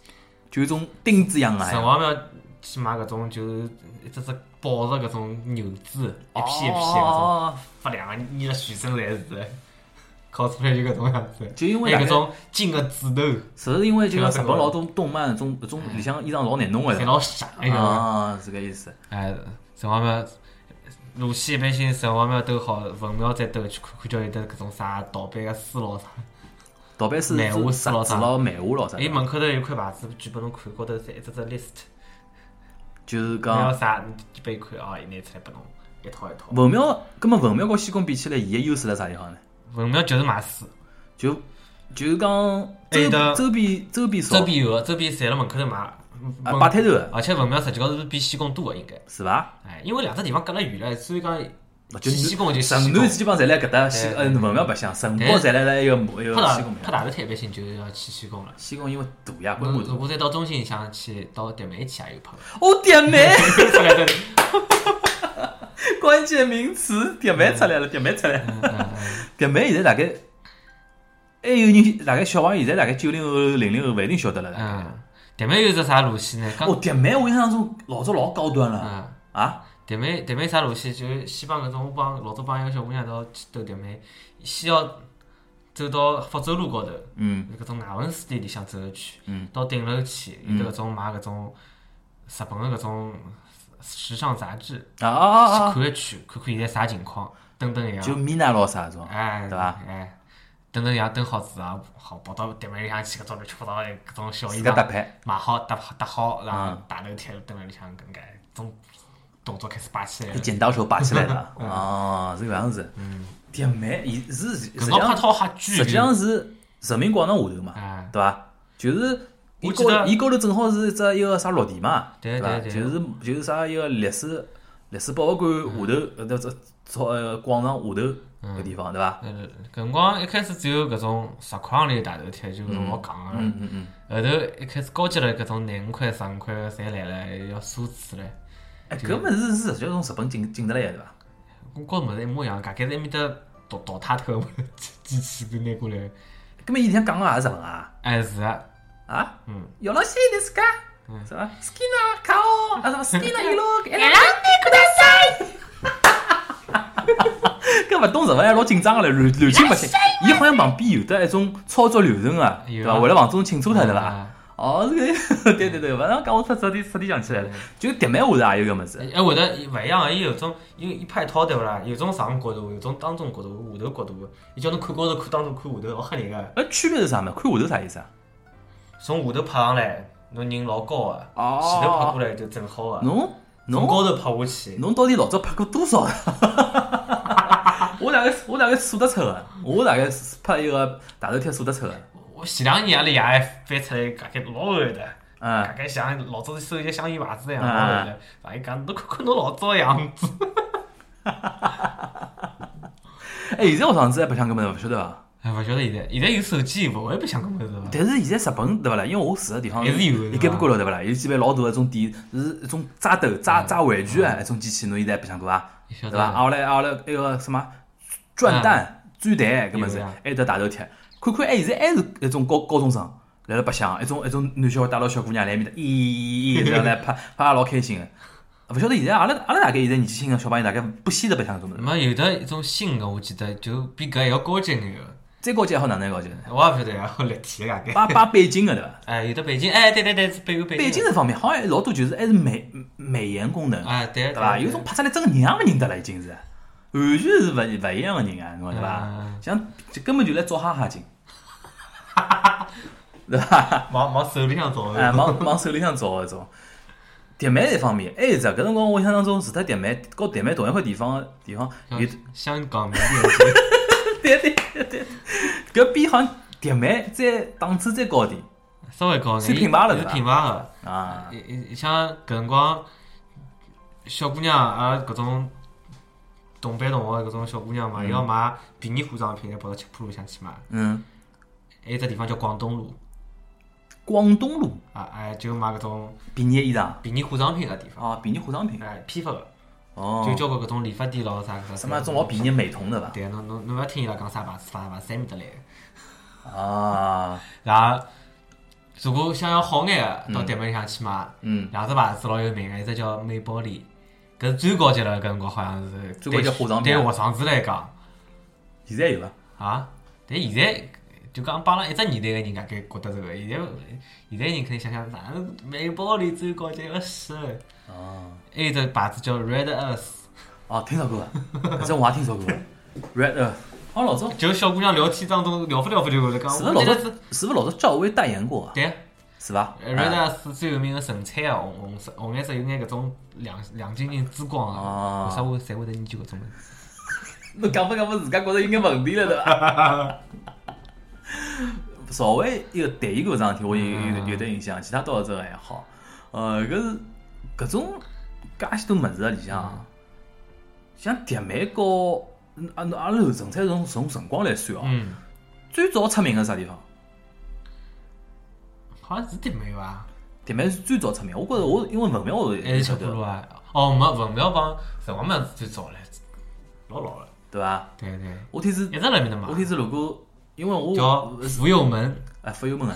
S3: 就一种钉子一样
S2: 城
S3: 啊，
S2: 隍庙去买搿种就是一只只宝石搿种牛子，一
S3: 哦
S2: 片一片搿种。发两个捏了全身侪是，cosplay 就搿种样子，
S3: 就因为
S2: 还有搿
S3: 大概
S2: 种金个指头，
S3: 是因为就讲日本老多动漫中中里向衣裳老难弄
S2: 侪
S3: 个，
S2: 老傻那个。
S3: 啊，是搿意思。
S2: 哎，城隍庙，鲁西一般性城隍庙兜好，文庙再兜去看看，叫有得搿种啥盗版个书咯啥。
S3: 盗版是
S2: 漫画
S3: 是
S2: 是老
S3: 是
S2: 啥哎
S3: 老漫画老啥
S2: 伊，门口头有块牌子举拨侬看，高头是一只只 list，
S3: 就是
S2: 侬要
S3: 讲
S2: 啥你就拨伊看啊，伊拿出来拨侬一套一套。
S3: 文庙，葛么文庙和西贡比起来，伊个优势辣啥地方呢？
S2: 文庙就是卖书，
S3: 就就是讲
S2: 还有
S3: 周
S2: 的
S3: 周边周边少，
S2: 周边有个，周边侪辣门口头卖。
S3: 啊
S2: 文
S3: 摆摊头的
S2: 而且文庙实际高头是比西贡多个应该，
S3: 是伐？
S2: 哎，因为两只地方隔了远了，所以
S3: 哦
S2: 讲
S3: 就
S2: 西贡就西
S3: 城
S2: 贡
S3: 南。基本上侪辣搿搭西
S2: 对
S3: 呃文庙白相，城北
S2: 对
S3: 侪辣辣一个一
S2: 拍
S3: 个
S2: 大
S3: 西贡
S2: 拍
S3: 庙。
S2: 大的特别性就是要去西贡了。
S3: 西贡因为大呀，规
S2: 如
S3: 模
S2: 果
S3: 大
S2: 如。果再到中心里向去，到叠梅去也有拍。
S3: 哦，点麦，
S2: 出来的，
S3: 关键名词点麦出来了，点麦出来了。
S2: 嗯嗯
S3: 搿蛮现在大概还有人，大概小朋友现在大概九零后、零零后勿一定晓得了啦。
S2: 嗯，叠梅有只啥路线呢？
S3: 哦
S2: 刚，
S3: 迭蛮我印象中老早老高端了
S2: 嗯，
S3: 啊！
S2: 叠梅叠梅啥路线？就是先帮搿种我帮老早帮一个小姑娘一道去兜叠梅，先要走到福州路高头，
S3: 嗯，
S2: 搿种外文书店里向走一圈，
S3: 嗯，
S2: 到顶楼去，有得搿种买搿种日本的搿种时尚杂志，去
S3: 啊啊啊啊！
S2: 看一圈，看看现在啥情况，等等一样。
S3: 就米娜老啥种，
S2: 哎，
S3: 对伐？
S2: 哎，等等样等好子啊，好跑到店面里向去，搿种乱七八糟的搿种小衣
S3: 自家搭
S2: 裳，
S3: 配，
S2: 买好搭好搭好，然后
S3: 嗯
S2: 打头贴蹲辣里向搿能介，种动作开始摆起来
S3: 就
S2: 了。
S3: 剪刀手摆起来了。
S2: 嗯
S3: 哦，是搿样子。嗯，迭蛮伊是实
S2: 搿
S3: 际
S2: 种拍
S3: 上
S2: 套哈巨
S3: 实际
S2: 流
S3: 上是人民广场下头嘛，
S2: 哎，
S3: 对伐？就是。伊
S2: 我记
S3: 高头
S2: 得
S3: 伊高头正好是一只一个啥绿地嘛，
S2: 对
S3: 伐？
S2: 对对
S3: 就是就是啥一个历史历史博物馆下头呃，这这操呃广场下头个地方，对伐？
S2: 呃，搿辰光一开始只有搿种十块行钿的大头贴，就搿种老戆个。
S3: 嗯嗯嗯。
S2: 后头一开始高级了，搿种廿五块、十五块的侪来了，要数字了。
S3: 哎，
S2: 就
S3: 搿物事是直接从日本进进得来的，对伐？
S2: 跟高头物事一模一样，大概是埃面搭淘淘汰脱个 机器都拿过来。
S3: 搿么伊天讲个也是日本啊？
S2: 哎，是啊，
S3: 啊？
S2: 嗯。
S3: よろしいですか？是吧？好きな顔啊什么好きな色，選んでくだ さい。搿勿懂日文还老紧张个嘞，乱乱七八糟。伊好像旁边有得一种操作流程啊，对
S2: 有
S3: 伐？
S2: 啊
S3: 为了防止侬庆祝脱，对伐？
S2: 啊？
S3: 哦，是搿， 对对对，勿然讲我彻彻底彻底想起来了，就叠漫画是也有搿物事，
S2: 哎，会得勿一样，伊有种因为一派套对勿啦？有种上角度，有种当中角度，下头角度的。伊叫侬看高头，看当中，看下头，老吓人个。
S3: 呃，区别是啥嘛？看下头啥意思啊？
S2: 从下头拍上来，侬人老高个，
S3: 哦
S2: 前头拍过来就正好个，
S3: 侬
S2: 从
S3: 侬
S2: 高头拍下去。
S3: 侬到底老早拍过多少？ 我大概我大概数得出个，我大概拍一个大头贴数得出个，
S2: 我前两年阿拉爷还翻出来，大概老厚的，
S3: 嗯
S2: 大。概像老早收集香烟牌子一样
S3: 嗯
S2: 老厚的。大爷讲，侬看看侬老早个样子。
S3: 哎，现在学生子还白相搿物事勿晓得伐？
S2: 哎，勿晓得现在，现在有手机，勿会白相搿物事伐？
S3: 但是现在日本对勿啦？因为我住个地方
S2: 还是有的
S3: 伊改不过了对勿啦？有几台老大个种店，是一种扎斗、扎扎玩具啊，一种机器，侬现在白相过伐？
S2: 你晓得
S3: 对伐？
S2: 伐？
S3: 啊，后来啊，后来那个什么转蛋、转蛋，搿么子
S2: 嗯有呀，
S3: 还有得大头贴。看看，哎，现在还是一种高高中生辣辣白相，一种一种男小孩带牢小姑娘来面搭，咦咦咦，这样来 拍拍也老开心个。勿晓得现在阿拉阿拉大概现在年纪轻个小朋友大概不稀得白相搿种物事，
S2: 没有的一种新个，我记得就比搿还要高级眼个。
S3: 再高级还好哪能高级呢？
S2: 我也勿晓得，好立体个大概。
S3: 摆摆背景个对伐？
S2: 哎，有的北京，哎，对对对，是北有北
S3: 背景这方面好像老多就是还是美美颜功能，
S2: 哎，对
S3: 对伐？有种拍出来真个娘勿认得了，已经是完全是勿勿一样个人啊，侬讲对伐？
S2: 嗯
S3: 像就根本就来照哈哈镜，对伐？
S2: 往往手里向找的，
S3: 哎啊哎，往往手里向照个种。迪麦是一方面，还有一只搿辰光我印象当中，除脱迪麦和迪麦同一块地方的地方
S2: 嗯
S3: 有，
S2: 香港缅甸，
S3: 对对对对，搿边好像迪麦再档次再高点
S2: 稍微高
S3: 是
S2: 点，
S3: 品牌了
S2: 是
S3: 对吧
S2: 品牌个。
S3: 啊，
S2: 呃像搿辰光，小姑娘啊，搿种同班同学搿种小姑娘嘛，要买便宜化妆品，还跑到七浦路向去买。
S3: 嗯，
S2: 还有只地方叫广东路
S3: 广东路
S2: 啊，哎，就买搿种
S3: 便宜衣裳
S2: 便宜化妆品个地方，
S3: 啊，便宜化妆品
S2: 哎，批发个，
S3: 哦，
S2: 就交关搿种理发店咯啥搿
S3: 什么种老便宜的美瞳对伐？
S2: 对，侬侬侬勿要听伊拉讲啥牌子啥牌子，侪没得来的。
S3: 啊，
S2: 然后，如果想要好眼个，到店面里向去买，
S3: 嗯，
S2: 两只牌子老有名个，一只叫美宝莲，搿是最高级了，搿辰光好像是
S3: 最高级化妆品
S2: 对学生子来讲
S3: 现在有伐？
S2: 啊，但现在就讲帮阿拉一只年代个人，大概觉得这个，现在现在人肯定想想，哪能美宝莲最高级个是？
S3: 哦，
S2: 还有一只牌子叫 Red Earth，
S3: 哦，听说过伐？搿只我也听说过，Red，呃，哦，老早
S2: 就是小姑娘聊天当中聊不聊不就会得讲，
S3: 是勿
S2: 啊我
S3: 是老
S2: 记
S3: 早
S2: 得是，
S3: 是勿是老早赵薇代言过啊？
S2: 对啊。
S3: 是伐
S2: 呃 Red Earth 最有名个神采啊，红红色红颜色有眼搿种亮亮晶晶珠光啊，
S3: 哦
S2: 为啥我侪会得研究搿种物事？
S3: 侬讲不讲不，自家觉着有眼问题了，对伐？ 稍微一个代言搿桩事体，我有
S2: 嗯
S3: 有有得印象，其他倒是真个还好。呃，搿是搿种介许多物事啊，里
S2: 嗯
S3: 向，像迪麦和啊，阿拉纯粹从从辰光来算哦，
S2: 嗯，
S3: 最早出名个是啥地方？
S2: 好像是迪美伐？
S3: 迪麦是最早出名，我觉
S2: 嗯
S3: 着我因为文庙我
S2: 还是
S3: 也
S2: 七
S3: 晓
S2: 浦路
S3: 得，
S2: 啊？哦，没文庙帮城隍庙是最早嘞，老老了。
S3: 对伐？
S2: 对对，
S3: 我天子
S2: 一直辣面搭嘛
S3: 我，天子如果因为我
S2: 哎叫福佑门，
S3: 哎福佑 门啊，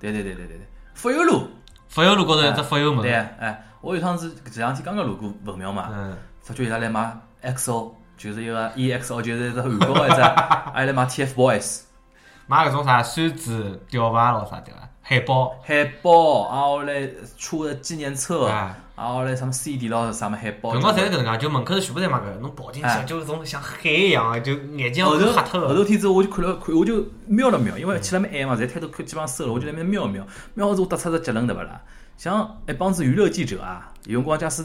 S3: 对对对对对对，福佑路。
S2: 福佑路高头有只福佑
S3: 对，
S2: 门，
S3: 哎，我有趟子前两天刚刚路过文庙嘛，
S2: 嗯，
S3: 发觉伊拉来买 XO，就是一个 EXO，就是一只韩国的一只， 还来买 TFBOYS
S2: 买搿种啥扇子、吊牌咯啥对伐？海报，
S3: 海报，然后来出的纪念册，
S2: 哎
S3: 然后来什么 CD 咯，什么海报。
S2: 搿辰光侪是搿能介，就门口头全部侪买搿，侬跑进去
S3: 哎
S2: 就是种像海一样的，就眼睛要嗯
S3: 后头
S2: 瞎脱
S3: 后
S2: 了。
S3: 头天子我就看了看，我就瞄了瞄，因为去了蛮晚嘛，侪摊头看基本上收了，我就在那边瞄了瞄，瞄了之后得出个结论对勿啦？像一帮子娱乐记者啊，有辰光假使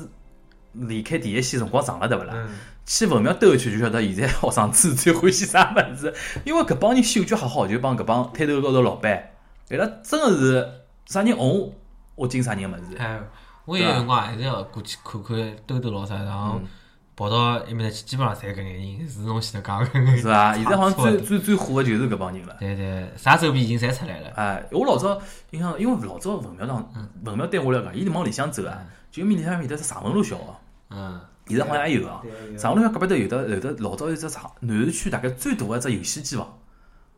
S3: 离开第一线辰光长了对勿啦？
S2: 嗯，
S3: 去文庙兜一圈就晓得现在学生子最欢喜啥物事，因为搿帮人嗅觉还好，就帮搿帮摊头高头老板，伊拉真个是啥人红，我进啥人物事。
S2: 哎，我
S3: 啊
S2: 有辰光还是要过去看看兜兜老啥，然后
S3: 嗯
S2: 跑到埃面搭去，基本上侪搿眼人，是侬前头讲搿眼
S3: 是伐？现在好像
S2: 差不
S3: 最
S2: 多
S3: 最最火的就是搿帮人了。
S2: 对对，啥手臂已经侪出来了。
S3: 哎，我老早印象，因为老早文庙上，文庙对我来讲，伊往里向走啊，就面里向面搭是长文路小学，
S2: 嗯，
S3: 现在好像还有啊。长文路小隔壁头有的有的老早有只长南市区大概最大的一只游戏机房，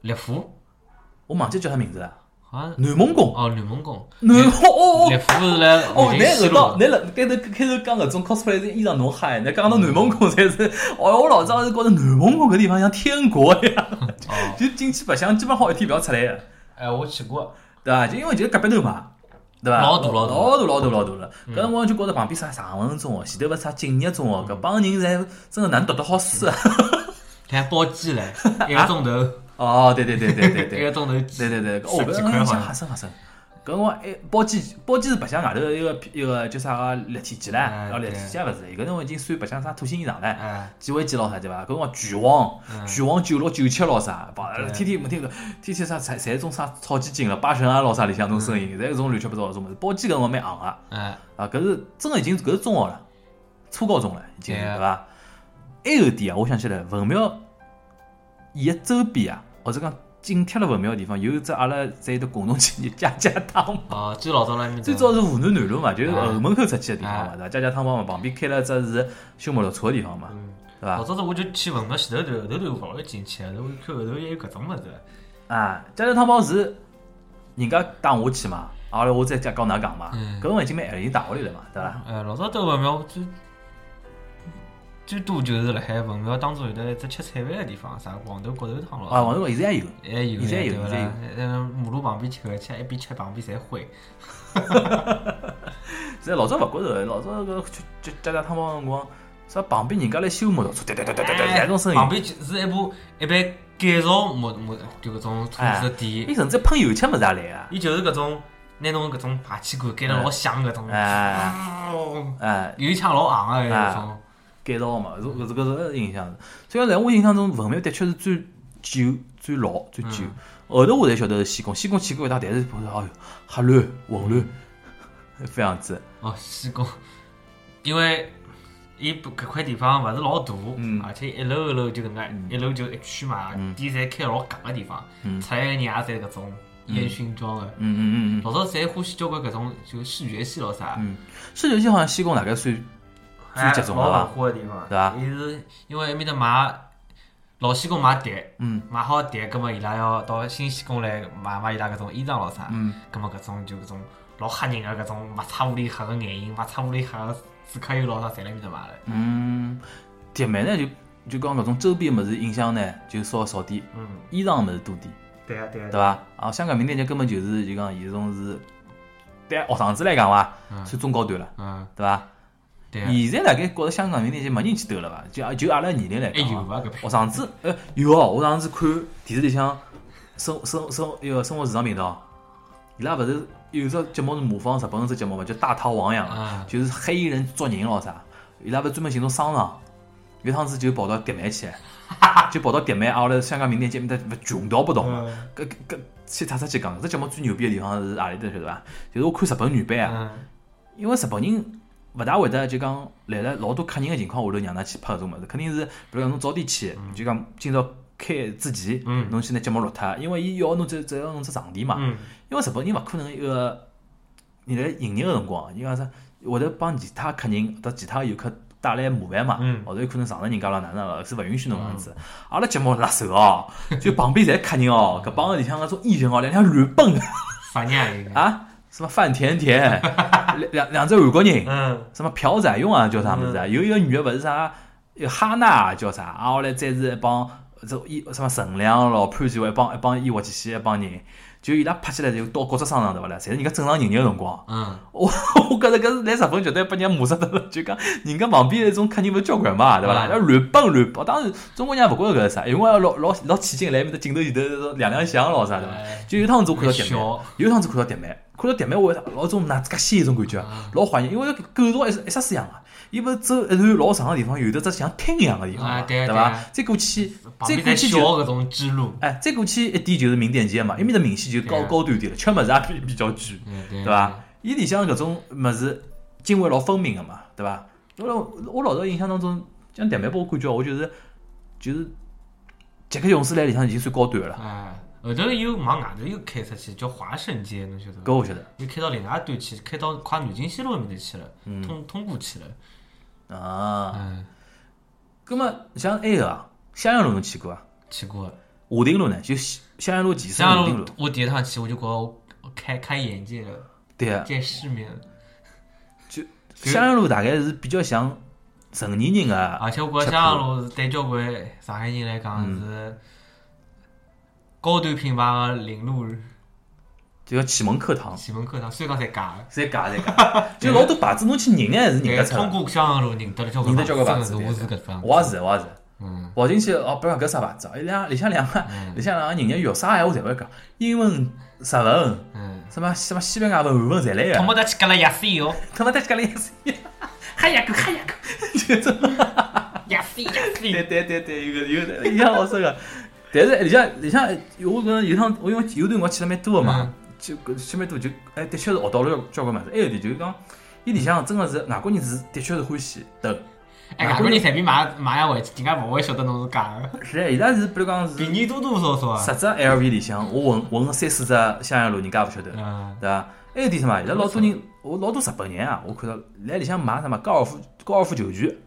S2: 立福
S3: 我忘记叫啥名字了。
S2: 好像
S3: 南梦宫，
S2: 哦，南门宫，
S3: 南哦哦哦
S2: 立福是来
S3: 哦，
S2: 南
S3: 你
S2: 京西
S3: 后
S2: 路
S3: 到，你了开头开头讲搿种 cosplay 是衣裳侬嗨，你讲到南蒙宫才是，哦，我老早是觉着南蒙宫搿地方像天国一样，
S2: 哦，
S3: 就进去白相，基本好一天勿要出来的，
S2: 哎，我去过，
S3: 对伐？就因为就是隔壁头嘛，对伐？
S2: 老大
S3: 老
S2: 老大嗯
S3: 大老大老大了，搿辰光就觉着旁边啥上文中学，前头勿是啥敬业中哦学，搿帮人侪真个难读得好书啊！
S2: 嗯还包机 嘞，一个钟头，
S3: 哦，对对对对 对
S2: 一
S3: 对
S2: 个钟头机，
S3: 对对对，哦，
S2: 嗯十
S3: 搿
S2: 几
S3: 辰
S2: 块好
S3: 光想
S2: 像
S3: 吓死吓死。搿辰光哎，包机包机是白相外头一个一个叫啥个立体机啦，
S2: 哎
S3: 哦，立体
S2: 对
S3: 机也勿是，搿辰光已经算白相啥土星衣裳唻。
S2: 哎，
S3: 几位几老啥对伐？搿辰光拳王、拳王九六九七老啥，把
S2: 嗯对
S3: 天天每天搿天天啥侪侪种啥草鸡精了、八神啊老啥里向种声
S2: 嗯
S3: 音，侪有种乱七八糟搿种物事。包机搿辰光蛮行个啊，
S2: 哎，
S3: 搿是真个已经搿是中学了，初高中了已经是
S2: 对啊
S3: 对伐？还有一点啊，我想起来，文庙伊个周边啊，或者讲紧贴了文庙个地方，有一只阿拉在有得共同企业家家汤
S2: 哦，最老早辣埃面搭，
S3: 最早是湖南南路嘛，就是
S2: 啊
S3: 后门口出去个地方
S2: 啊
S3: 嘛，对伐？家家汤帮嘛，旁边开了只是修摩托车个地方嘛，
S2: 嗯
S3: 对伐
S2: 老？早子我就去文庙前头头，后头头勿会进去，啊后头我一看后头还有搿种物事，
S3: 啊，家长汤包是人家带我去嘛，后来我再讲讲㑚讲嘛，
S2: 嗯
S3: 搿辰光已经蛮晚已经带回来了嘛，对伐？
S2: 哎，老早兜文庙最最多就是辣海文庙当中有得一只吃菜饭个地方，啥黄豆骨头汤咯，
S3: 啊，王头现在还有，
S2: 还有嘞
S3: 现在有
S2: 对勿
S3: 现在有
S2: 啦？嗯，马路旁边吃个，吃一边吃旁边侪灰。
S3: 现在老早勿觉着，哎老早搿家家长汤包辰光，啥旁边人家来修摩托车，哒哒哒哒哒哒，
S2: 哎
S3: 搿种声
S2: 旁
S3: 音，
S2: 边就是一部一般改造摩摩就搿种车子的
S3: 伊
S2: 店，
S3: 甚至喷油漆物事也来啊，
S2: 伊就是搿种拿侬搿种排气管盖得老响搿种，
S3: 哎
S2: 哦
S3: 哎，
S2: 有一腔老昂啊，有一
S3: 哎
S2: 种，
S3: 改造嘛，搿搿搿是印象。所以在我印象中，文庙的确是最旧、最老、最旧。
S2: 嗯
S3: 后头我才晓得是西贡，西贡去过一趟，但是不是哎哟，黑乱混乱，这样子。
S2: 哦，西贡，因为伊不搿块地方勿是老大，
S3: 嗯
S2: 而且一楼一楼就搿能介，一楼就一区嘛，店侪开老戆个地方，出来个人也侪搿种烟熏妆个，
S3: 嗯嗯嗯嗯。
S2: 老早侪欢喜交关搿种就视觉系咯啥，
S3: 视觉系好像西贡大概算
S2: 嗯哎
S3: 最集中
S2: 老
S3: 了
S2: 文
S3: 吧？
S2: 化个地方，
S3: 对吧
S2: 伊是因为埃面搭买老西贡买碟。
S3: 嗯
S2: 买好碟，葛末伊拉要到新西宫来买买伊拉搿种衣裳咯啥，
S3: 嗯
S2: 葛末搿种就搿种老吓人个搿种抹擦屋里黑个眼影，抹擦屋里黑个纸壳油老啥，侪辣埃面搭买了。
S3: 嗯。铁蛮呢，就就讲搿种周边物事影响呢，就稍少点，
S2: 嗯，
S3: 衣裳物事多点。
S2: 对啊对啊
S3: 对伐？啊，香港名店就根本就是就讲，伊种是对啊学生子来讲伐，算中高端了，
S2: 嗯，
S3: 对伐？
S2: 对啊，
S3: 现在大概觉着香港名店就没人去兜了伐？就啊就阿拉年龄来
S2: 还有
S3: 讲啊，
S2: 伐哎搿
S3: 学
S2: 批？
S3: 生子呃有哦，我上次看电视里向生生生那个生活时尚频道，伊拉勿是有只节目是模仿日本只节目嘛，叫大逃亡一样嘛，
S2: 啊，
S3: 就是黑衣人捉人咯啥，伊拉勿是专门寻种商场，有趟子就跑到迪 麦去，就跑到迪麦阿拉香港名店街面搭勿穷到不动。
S2: 嗯
S3: 搿搿搿先岔出去讲，搿节目最牛逼的地方是何里搭晓得伐？就是我看日本女版啊，
S2: 嗯，
S3: 因为日本人勿大会得就讲来了老多客人的情况下头让㑚去拍搿种物事，肯定是比如讲侬早点去，就讲今朝开之前
S2: 嗯，
S3: 侬先拿节目录脱，因为伊要侬只只要侬只场地嘛，
S2: 嗯，
S3: 因为日本人勿可能一个你来营业个辰光，伊讲啥会得帮其他客人或者其他游客带来麻烦嘛
S2: 嗯，
S3: 后头有可能撞着人家了哪能了，是勿允许侬搿样子。阿拉节目辣手哦， 就旁边侪客人哦，搿帮个里向搿种艺人哦，两两乱蹦
S2: 啥人啊？
S3: 啊，什么范甜甜，两两两只韩国人，
S2: 嗯，
S3: 什么朴宰庸啊叫啥物事啊，有一个女个勿是啥有哈娜啊叫啥，啊后来再是一帮这伊什么陈亮咯、潘玮柏一帮一帮伊活起去一帮人，就伊拉拍起来就到各只商场对勿啦？侪是人家正常营业个辰光。
S2: 嗯，
S3: 我我觉着搿是来日本绝对把人家骂死脱了，就讲人家旁边那种客人勿是交关嘛，对伐啦？
S2: 嗯
S3: 要乱蹦乱跑，当然中国人也勿觉着搿是啥，因为老老老起劲来埃面搭镜头前头亮亮相咯啥对伐
S2: 哎？
S3: 就有趟子我看到迪
S2: 小
S3: 麦，有趟子看到迪麦，看到迪麦我老种哪自家鲜一种感觉
S2: 嗯，
S3: 老怀念，因为搿构造一一啥式样啊？伊勿是走一段老长个地方，有的只像厅一样个地方嘛，
S2: 啊对啊
S3: 对
S2: 对啊
S3: 伐？再过去，
S2: 旁
S3: 再
S2: 边
S3: 过
S2: 侪
S3: 去
S2: 小
S3: 就。
S2: 搿种支路，
S3: 哎，再过去一点就是名店街嘛，埃面搭明显就高
S2: 对啊
S3: 高端点了，吃物事也比比较贵。
S2: 嗯
S3: 对
S2: 对
S3: 伐？？伊里向搿种物事泾渭老分明个嘛，对伐？我老我老早印象当中，像台湾拨我感觉，我就是就是杰克勇士来里向已经算高端了，
S2: 哎，后头又往外头又开出去，叫华盛街，侬晓得伐？
S3: 搿我晓得
S2: 又开到另外一端去，开到快南京西路埃面搭去了，
S3: 嗯
S2: 通通过去了。
S3: 啊。
S2: 嗯，
S3: 葛么像埃个啊，襄阳路侬去过啊伐？
S2: 去过。
S3: 武定路呢？就西襄阳路前身
S2: 香
S3: 的
S2: 阳
S3: 武定
S2: 路
S3: 路，，
S2: 我第一趟去我就觉得我开开眼界了，
S3: 对啊，
S2: 见世面了。
S3: 襄阳路大概是比较像成年人个，
S2: 而且我觉得香阳路是对交关上海人来讲
S3: 嗯
S2: 是高端品牌的领路
S3: 就叫启蒙课堂，
S2: 前门课堂，虽然讲侪假的，
S3: 侪假 侪假，就老多牌子侬去认还是认得
S2: 但
S3: 出
S2: 通
S3: 来。
S2: 过香阳路认得了交关
S3: 认得交关牌
S2: 牌
S3: 子
S2: 子，真的是我是搿方。
S3: 我也是，我也是。
S2: 嗯，
S3: 跑进去哦，不要讲搿啥牌子，啊，伊拉里向两个
S2: 嗯
S3: 里向两个人家有啥闲话侪会讲，英文、日文、
S2: 嗯，
S3: 什么什么西班牙文、韩文侪来
S2: 他
S3: 个，
S2: 没得去搿了亚西哦，
S3: 他妈在家里也是，嗨呀个嗨呀个，就这种，
S2: 亚西亚
S3: 对
S2: 西。
S3: 对对对，有个有个印象老深个。但是里向里向，我觉着有趟我因为有段辰光去了蛮多个嘛，就搿去蛮多就哎，的确是学到了交关物事。还有点就是讲，伊里向真个是外国人是的确是欢喜的，
S2: 哎，外国人随便买买下回去，人家勿会晓得侬是假的。
S3: 是伊拉是比如讲
S2: 便
S3: 是
S2: 宜多多少少啊
S3: 十。只 LV 里向，我混混个三四只襄阳路，人家也勿晓得。
S2: 嗯，
S3: 对伐？还有点什么？现在老多人，我老多日本人啊，我看到来里向买什么高尔夫高尔夫球具，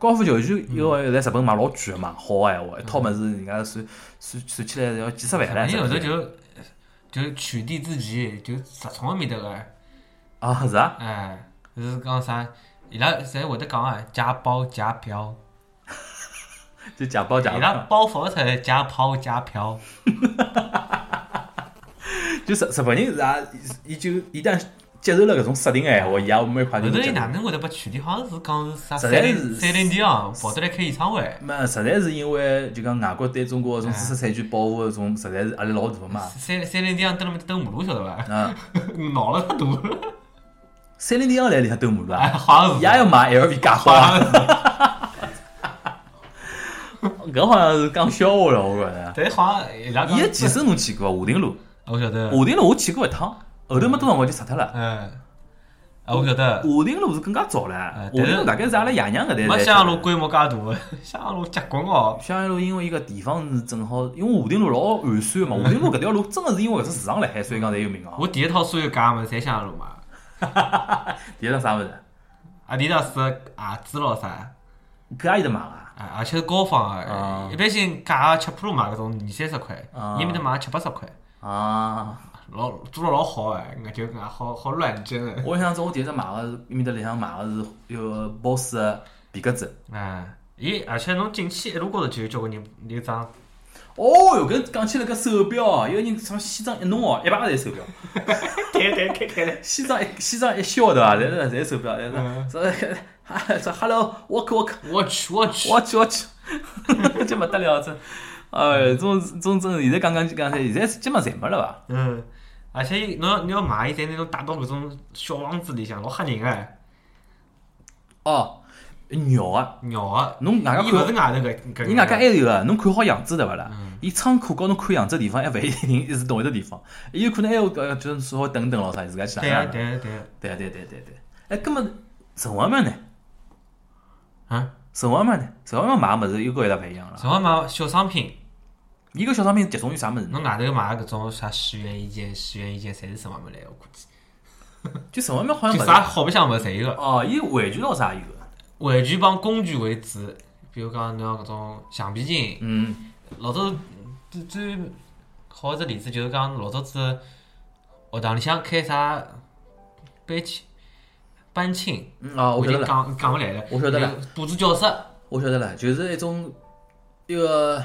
S3: 高尔夫球具，因为在日本买老贵个嘛，好个闲话，一套物事人家算算算起来要几十万唻。
S2: 你后头
S3: 甚至
S2: 就就取缔之前就直冲埃面搭个。
S3: 啊是啊，
S2: 哎，就是讲啥，伊拉侪会得讲啊，假包假票，
S3: 就假包假
S2: 伊拉
S3: 包，
S2: 包房出来假包假票，
S3: 就日日本人是啊，伊就一旦接受了搿种设定个闲话，伊也没快
S2: 后
S3: 就
S2: 头
S3: 能
S2: 伊
S3: 接受
S2: 哪。能会得被取缔？好像是讲是啥
S3: 实
S2: 三
S3: 在
S2: 林
S3: 是
S2: 三林迪昂跑得来开演唱会，
S3: 嘛，实在是因为就讲外国对中国搿种知识产权保护搿种，实在是压力老大嘛。
S2: 三三林迪昂蹲了面兜马路晓得伐？
S3: 啊，
S2: 闹了他大，
S3: 三零零幺来里向兜马路
S2: 哎，
S3: 啊，
S2: 好像
S3: 伊
S2: 是，
S3: 也要买 LV 假
S2: 好
S3: 花，
S2: 像是，
S3: 搿好像是讲笑话了，我觉着。
S2: 但好像伊拉讲
S3: 伊个前身侬去过伐华亭路，
S2: 哎我晓得，
S3: 华亭路我去过一趟，后头没多少辰光就拆脱了。
S2: 嗯，啊我晓得，
S3: 华亭路是更加早了，华
S2: 哎但
S3: 亭
S2: 是
S3: 路大概是阿拉爷娘搿代。
S2: 没香港路。规模介大，香港路结棍哦，
S3: 襄阳路因为伊个地方是正好，因为华亭路老寒酸 嘛，华亭路搿条路真个是因为搿只市场辣海，所以讲才有名哦。
S2: 我第一套所有家么侪香港路嘛，
S3: 第一张啥物事？
S2: 阿迪达斯的鞋子咯啥。
S3: 搿也有得买啊？
S2: 啊，而且是高仿
S3: 啊
S2: 啊！一般性价七 Pro 买搿种二三十块
S3: 啊，
S2: 伊面搭买七八十块，
S3: 啊。
S2: 老做了老好哎，我就俺好好乱真哎。
S3: 我想着我第一只买个是伊面搭里向买个是有 boss 个皮革子。
S2: 啊，伊而且侬进去一路高头就有交关人有张，
S3: 哦哟，搿讲起来搿手表啊，有个人从西装一弄哦，一排侪手表，
S2: 对对开开来，
S3: 西装一西装一笑对伐？侪是侪手表，
S2: 嗯
S3: 侪是说哈说 hello walk walk
S2: 我去我去，
S3: watch watch，这勿得了这。哎
S2: 嗯
S3: 呦，种种种，现在讲讲就讲，现在基本上侪没了伐？
S2: 嗯，而且伊侬要你要买，伊侪拿侬带到搿种小房子里向，老吓人哎，
S3: 哦，鸟啊，
S2: 鸟啊！
S3: 侬外加
S2: 伊勿是
S3: 看，
S2: 外头搿搿，
S3: 伊外加还有啊个，侬看好样子对勿啦？
S2: 嗯
S3: 伊仓库高侬看样子地方，还勿一定 一是同一个地方，伊有可能还有呃，就是说等等咯啥，自家去
S2: 对
S3: 哪
S2: 啊
S3: 能
S2: 对啊对啊，
S3: 对对对对对。哎，根么陈隍庙呢？
S2: 啊，
S3: 陈隍庙呢？陈隍庙买个物事又跟伊拉勿一样了。
S2: 什么买小商品，
S3: 伊个小商品集中于啥物事呢
S2: 侬？外头买搿种啥十元一件、十元一件，侪是什么物事来？我估计。
S3: 就陈隍庙好像
S2: 就
S3: 勿
S2: 啥
S3: 是。
S2: 好白相物事侪有个，
S3: 哦，伊玩具咯啥有个。
S2: 玩具帮工具为主，比如讲侬要搿种橡皮筋，
S3: 嗯，
S2: 老早最最好一只例子就是讲老早子学堂里向开啥班亲班亲，
S3: 嗯
S2: 我
S3: 哦，我
S2: 已
S3: 晓得
S2: 经
S3: 了，
S2: 讲讲勿来了，
S3: 我晓得了，
S2: 布置教室
S3: 我晓得了，就是一种一个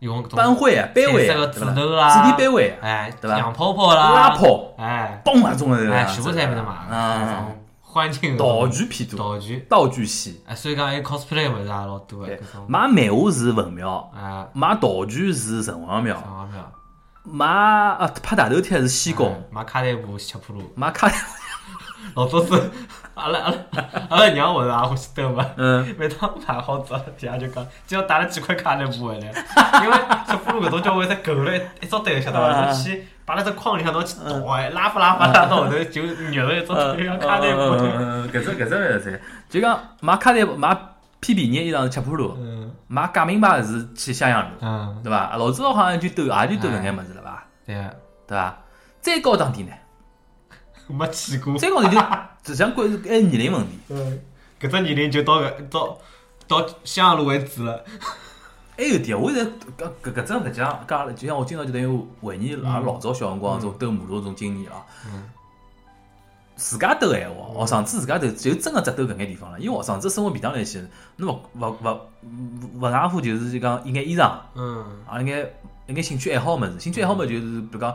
S2: 用搿种
S3: 班会啊，班会
S2: 彩色个
S3: 啊，对
S2: 纸
S3: 伐？
S2: 头啦，
S3: 纸体班会啊，
S2: 哎，
S3: 对吧
S2: 洋泡泡啦，
S3: 拉，炮，
S2: 哎
S3: 嘣啊，中个对伐？
S2: 哎，全部侪没得买，那
S3: 啊，
S2: 种欢庆
S3: 道具偏
S2: 嗯
S3: 多，
S2: 道具，
S3: 道具系。
S2: 哎，所以讲还有 cosplay 物事也啊老多
S3: 对
S2: 个搿，种，
S3: 买漫画是文庙，
S2: 哎，
S3: 买道具是城隍
S2: 啥
S3: 庙，
S2: 玩意儿？
S3: 买啊拍大头贴是西宫，
S2: 嗯买卡带布吃铺路，
S3: 买卡，
S2: 老早子阿拉阿拉阿拉娘勿是啊也欢喜兜嘛，
S3: 嗯，
S2: 每趟买好之后，底下就讲今朝带了几块卡带布回来，因为吃铺路搿种交关侪狗了一只堆，晓得伐？
S3: 嗯
S2: 侬去摆辣只筐里向，侬去倒哎，拉不拉不拉到后头就肉了一只堆，像 卡带
S3: 嗯
S2: 布。
S3: 嗯嗯嗯搿只搿只勿是，就讲买卡带买偏便宜的衣裳是吃浦路，
S2: 嗯
S3: 买假名牌是去襄阳路，
S2: 嗯，
S3: 对伐？啊老早好像就兜也就兜搿眼物事了伐？
S2: 对啊，
S3: 对伐？再高档点呢？
S2: 没去过。
S3: 再高档点就只讲关于还是年龄问题，
S2: 嗯，搿只年龄就到搿到到襄阳路为止了。
S3: 还有点，我现在搿搿搿只勿讲讲了，就像我今朝就等于回忆阿拉老早小辰光种兜马路种经验啊。
S2: 嗯
S3: 自家兜闲话，学生子自家兜就真个只兜搿眼地方了，因为学生子生活便当来些，侬勿勿勿勿勿外乎就是就讲一眼衣裳，
S2: 嗯
S3: 啊一眼一眼兴趣爱好物事，兴趣爱好物事就是比如讲。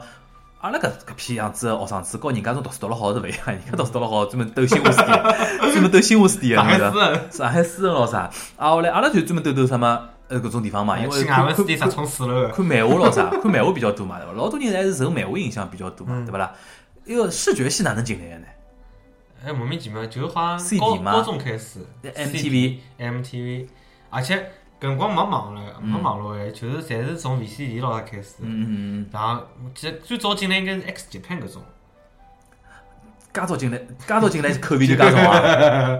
S3: 阿拉搿搿批样子的学生子，和人家种读书读了好是勿一样，人家读书读了好，专门兜新华书店，专门兜新华书店
S2: 上
S3: 个，
S2: 海
S3: 侬晓得
S2: 市，
S3: 上海诗人咯啥，啊后来阿拉就专门兜兜什么呃搿种地方嘛，因为
S2: 去啊外
S3: 看
S2: 文
S3: 看
S2: 书店直冲四楼。
S3: 看漫画咯啥，看漫画比较多嘛，对伐？老多人还是受漫画影响比较多嘛，对伐啦？一个视觉系哪能进来的呢？
S2: 哎，莫名其妙，就好
S3: CD
S2: 像高
S3: 吗
S2: 高中开始
S3: MTV
S2: MTV，而且搿辰光没网了，没网络哎，就是侪是从 VCD 老早开始。
S3: 嗯嗯嗯嗯，
S2: 然后，其实最早进来应该是 X 极派搿种，
S3: 介早进来，介早进来口味就介重啊！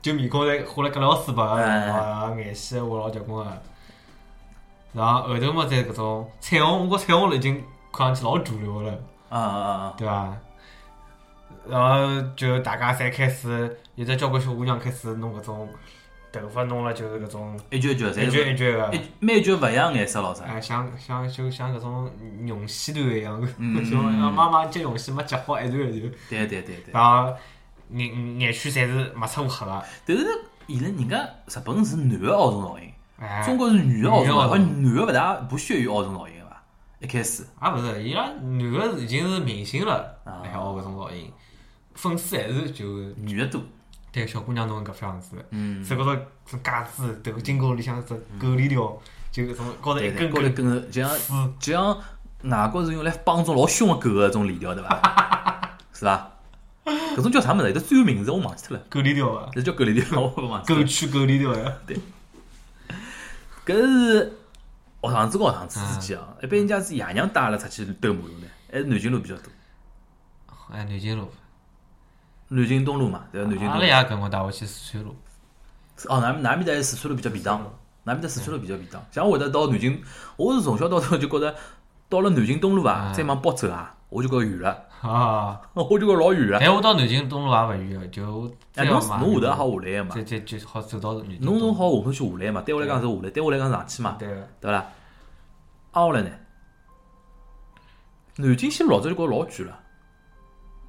S2: 就面孔侪画了搿老死白个，
S3: 哎
S2: 啊，眼线画老结棍个。然后后头嘛，再搿种彩虹，我觉彩虹了已经看上去老主流了。
S3: 啊啊啊！
S2: 对伐？然后就大家侪开始，有的交关小姑娘开始弄搿种头发弄了，就是搿种
S3: 一句一句，侪
S2: 一
S3: 是
S2: 卷一卷个，
S3: 一每一句勿一样颜色咯啥？
S2: 哎，像像就像搿种绒线团一样，
S3: 嗯
S2: 就妈妈接绒线没接好一段就，
S3: 对对对对。
S2: 然后眼眼圈侪是抹出乌黑个，
S3: 但是现在人家日本是男个奥种造型，
S2: 哎，
S3: 中国是女个奥种造
S2: 女的
S3: 型，好像男个勿大不屑于奥种造型吧？啊一开始，
S2: 也勿是，伊拉男个已经是明星了，
S3: 啊
S2: 还学搿种噪音，粉丝还是就
S3: 女的多，
S2: 对小姑娘弄搿副样子，
S3: 嗯，
S2: 手高头这架子头巾高里向这狗链条，就搿种高头一
S3: 对，
S2: 根
S3: 高头
S2: 根
S3: 跟着，就像
S2: 丝，
S3: 就像外国是用来帮种老凶的狗的搿种链条，对伐？是伐？搿种叫啥物事？有的专有名字我忘记脱了，
S2: 狗链条啊，
S3: 这叫狗链条，我忘记脱
S2: 狗
S3: 了。
S2: 区狗链条啊呀，
S3: 搿是学堂子跟学堂子之间啊，一般人家是爷娘带阿拉出去兜马路呢，还是南京路比较多，
S2: 哎，南京路，
S3: 南京东路嘛，对伐？南京
S2: 阿
S3: 东
S2: 拉
S3: 啊路。
S2: 爷跟我带我去四川路，
S3: 哦，哪哪面搭四川路比较便当，哪面搭四川
S2: 嗯
S3: 路比较便当。像我会得到南京，我是从小到大就觉着到了南京东路啊，
S2: 嗯
S3: 再往北走啊，我就觉着远了，
S2: 啊，
S3: 我就觉着老远了。
S2: 但我到南京东路也勿远，就再
S3: 哎，侬
S2: 要
S3: 是
S2: 嘛，
S3: 侬下头也好下来个嘛
S2: 再，再就好走到南京
S3: 侬
S2: 东
S3: 从
S2: 路，
S3: 好下头去下来嘛，对我来讲是下来，对我来讲是上去嘛，
S2: 对个，
S3: 对伐啦？挨下来呢，南京西路老早就觉着老远了。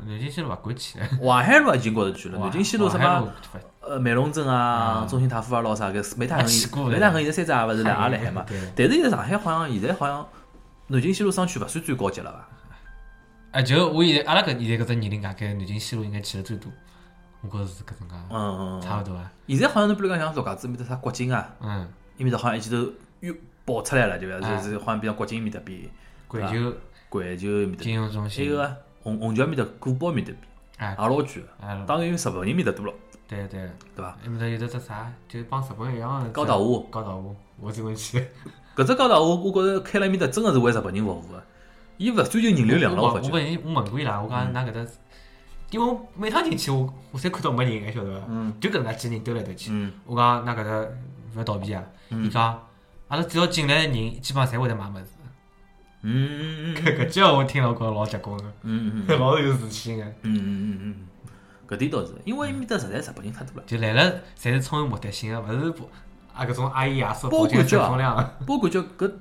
S2: 南京西路勿敢去，
S3: 淮海路已经觉着 去了，南京西路什
S2: 淮海路
S3: 么
S2: 勿
S3: 呃美龙镇啊、
S2: 嗯
S3: 中心塔夫啊老啥个，煤炭
S2: 啊去过
S3: 横
S2: 了
S3: 煤炭横现在三只也勿是辣阿拉海嘛
S2: 对。
S3: 但是现在上海好像现在好像南京西路商圈勿算最高级了吧？
S2: 哎，就我现在阿拉搿现在搿只年龄大概南京西路应该去了最多，我觉着是搿种介，
S3: 嗯嗯
S2: 差
S3: 嗯。
S2: 勿多啊。
S3: 现在好像侬比如讲像陆家嘴面搭啥国金啊，
S2: 嗯，
S3: 伊面搭好像一记头又爆出来了，对伐？
S2: 哎
S3: 就是好像比如讲国金面搭比
S2: 环球
S3: 环球面搭比，
S2: 金融中
S3: 还
S2: 心
S3: 有，个虹虹桥面搭古堡面搭比，
S2: 哎，
S3: 也老远的。
S2: 哎，
S3: 当然因为日本人面搭多了，
S2: 对对，
S3: 对伐？
S2: 埃面搭有得只啥，就帮日本一样的
S3: 高岛屋
S2: 高岛屋，我最欢喜。
S3: 搿只高头我我觉着开了面搭真个是为日本人服务个，伊勿追求人流量了，
S2: 我
S3: 我发
S2: 我
S3: 觉。
S2: 问伊，我问过伊拉，我
S3: 嗯
S2: 讲㑚搿搭，因为我每趟进去我我侪看到没人，还晓得伐？
S3: 嗯
S2: 就搿能介几个人兜来兜去。
S3: 嗯。
S2: 我讲㑚搿搭勿要逃避啊！伊讲，阿拉只要进来的人，基本上侪会得买物事。
S3: 嗯嗯嗯
S2: 搿搿句话我听了，我觉着老结棍个。
S3: 嗯嗯嗯
S2: 老有自信个，
S3: 嗯嗯嗯，搿点倒是，因为伊面搭实在日本人太多了，
S2: 就来了侪是充满目的性个，勿是不啊搿种阿姨爷叔
S3: 包
S2: 抱
S3: 括啊
S2: 紧
S3: 嗯这
S2: 正风量个。
S3: 包括叫搿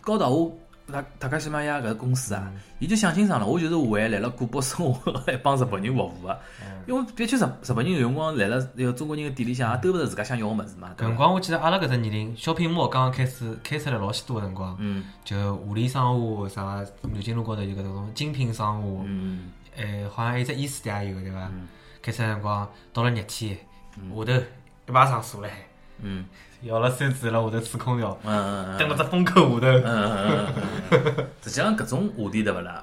S3: 高大我塔塔卡西玛亚搿公司啊，伊就想清爽了，我就是为来了古堡生活一帮日本人服务个，因为别去日日本人有辰光来了那个中国人的店里向也兜勿着自家想要个物事嘛，
S2: 搿
S3: 对
S2: 辰
S3: 伐？
S2: 光我记得阿拉搿只年龄，shopping mall 刚刚开始开出来老许多个辰光，
S3: 嗯
S2: 就华联商务啥南京路高头有搿种精品商务，
S3: 嗯
S2: 呃，好像还有只伊斯店也有对伐？开出来辰光到了热天，下头一排上锁了，
S3: 嗯
S2: 摇嗯了扇子辣下头吹空调，
S3: 嗯嗯
S2: 蹲辣只风口下头，
S3: 嗯嗯，实际上搿种话题对勿啦？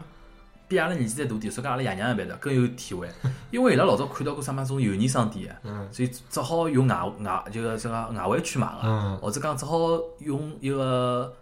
S3: 比阿拉年纪再大点，所以讲阿拉爷娘一辈的更有体会，因为伊拉老早看到过啥物事种油腻商店个，
S2: 嗯
S3: 所以只好用外外就是这个外围去买个，
S2: 嗯，
S3: 或者讲只好用一个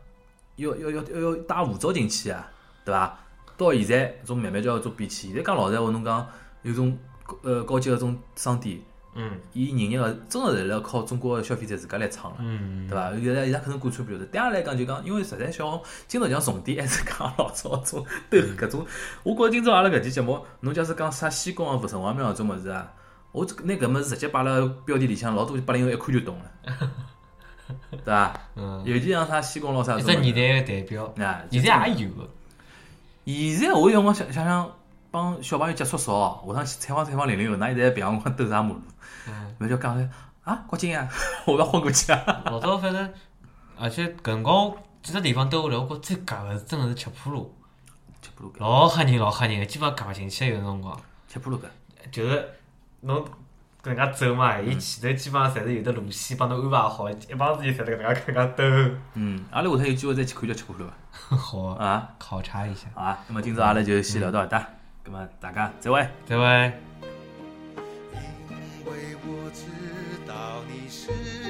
S3: 要要要要要带护照进去啊，对伐？到现在种慢慢就要做变迁。现在讲老实闲话，侬讲有种高呃高级个种商店，
S2: 嗯
S3: 伊营业个真个是辣靠中国个消费者自家来撑个。
S2: 嗯，
S3: 对伐？现在伊拉可能贯穿不了的。对阿拉来讲就讲，因为实在像今朝像重点还是讲老早种对搿种，我觉着今朝阿拉搿期节目，侬假使讲啥西贡啊、城隍庙搿种物事啊，我这拿搿物事直接摆辣标题里向，老多八零后一看就懂了，对伐？
S2: 嗯，
S3: 尤其像啥西贡咾啥
S2: 一
S3: 种
S2: 只
S3: 物
S2: 年代
S3: 事，
S2: 个代表，
S3: 啊，
S2: 现在也有个。
S3: 现在我有辰光想想想帮小朋友接触少，下趟去采访采访零零后，㑚现在别个辰 光兜啥马路，
S2: 嗯
S3: 勿就讲嘞啊，国金啊， 我要昏过去啊，
S2: 老早反正，而且搿辰光几只地方兜下来，我觉得最夹个真的是七浦路，
S3: 吃不落搿，
S2: 老吓人老吓人个，基本上夹勿进去的有辰光。
S3: 吃不落搿，
S2: 就是侬搿能介走嘛，伊前头基本上侪是有的路线帮侬安排好，一帮子人侪在搿能介搿能介
S3: 嗯，阿拉下趟有机会再去看叫吃不落伐？
S2: 兜。好，
S3: 啊
S2: 考察一下，
S3: 好啊，那么今朝阿拉就先聊到这，那么大家再会。
S2: 对伐？
S1: 因为我知道你是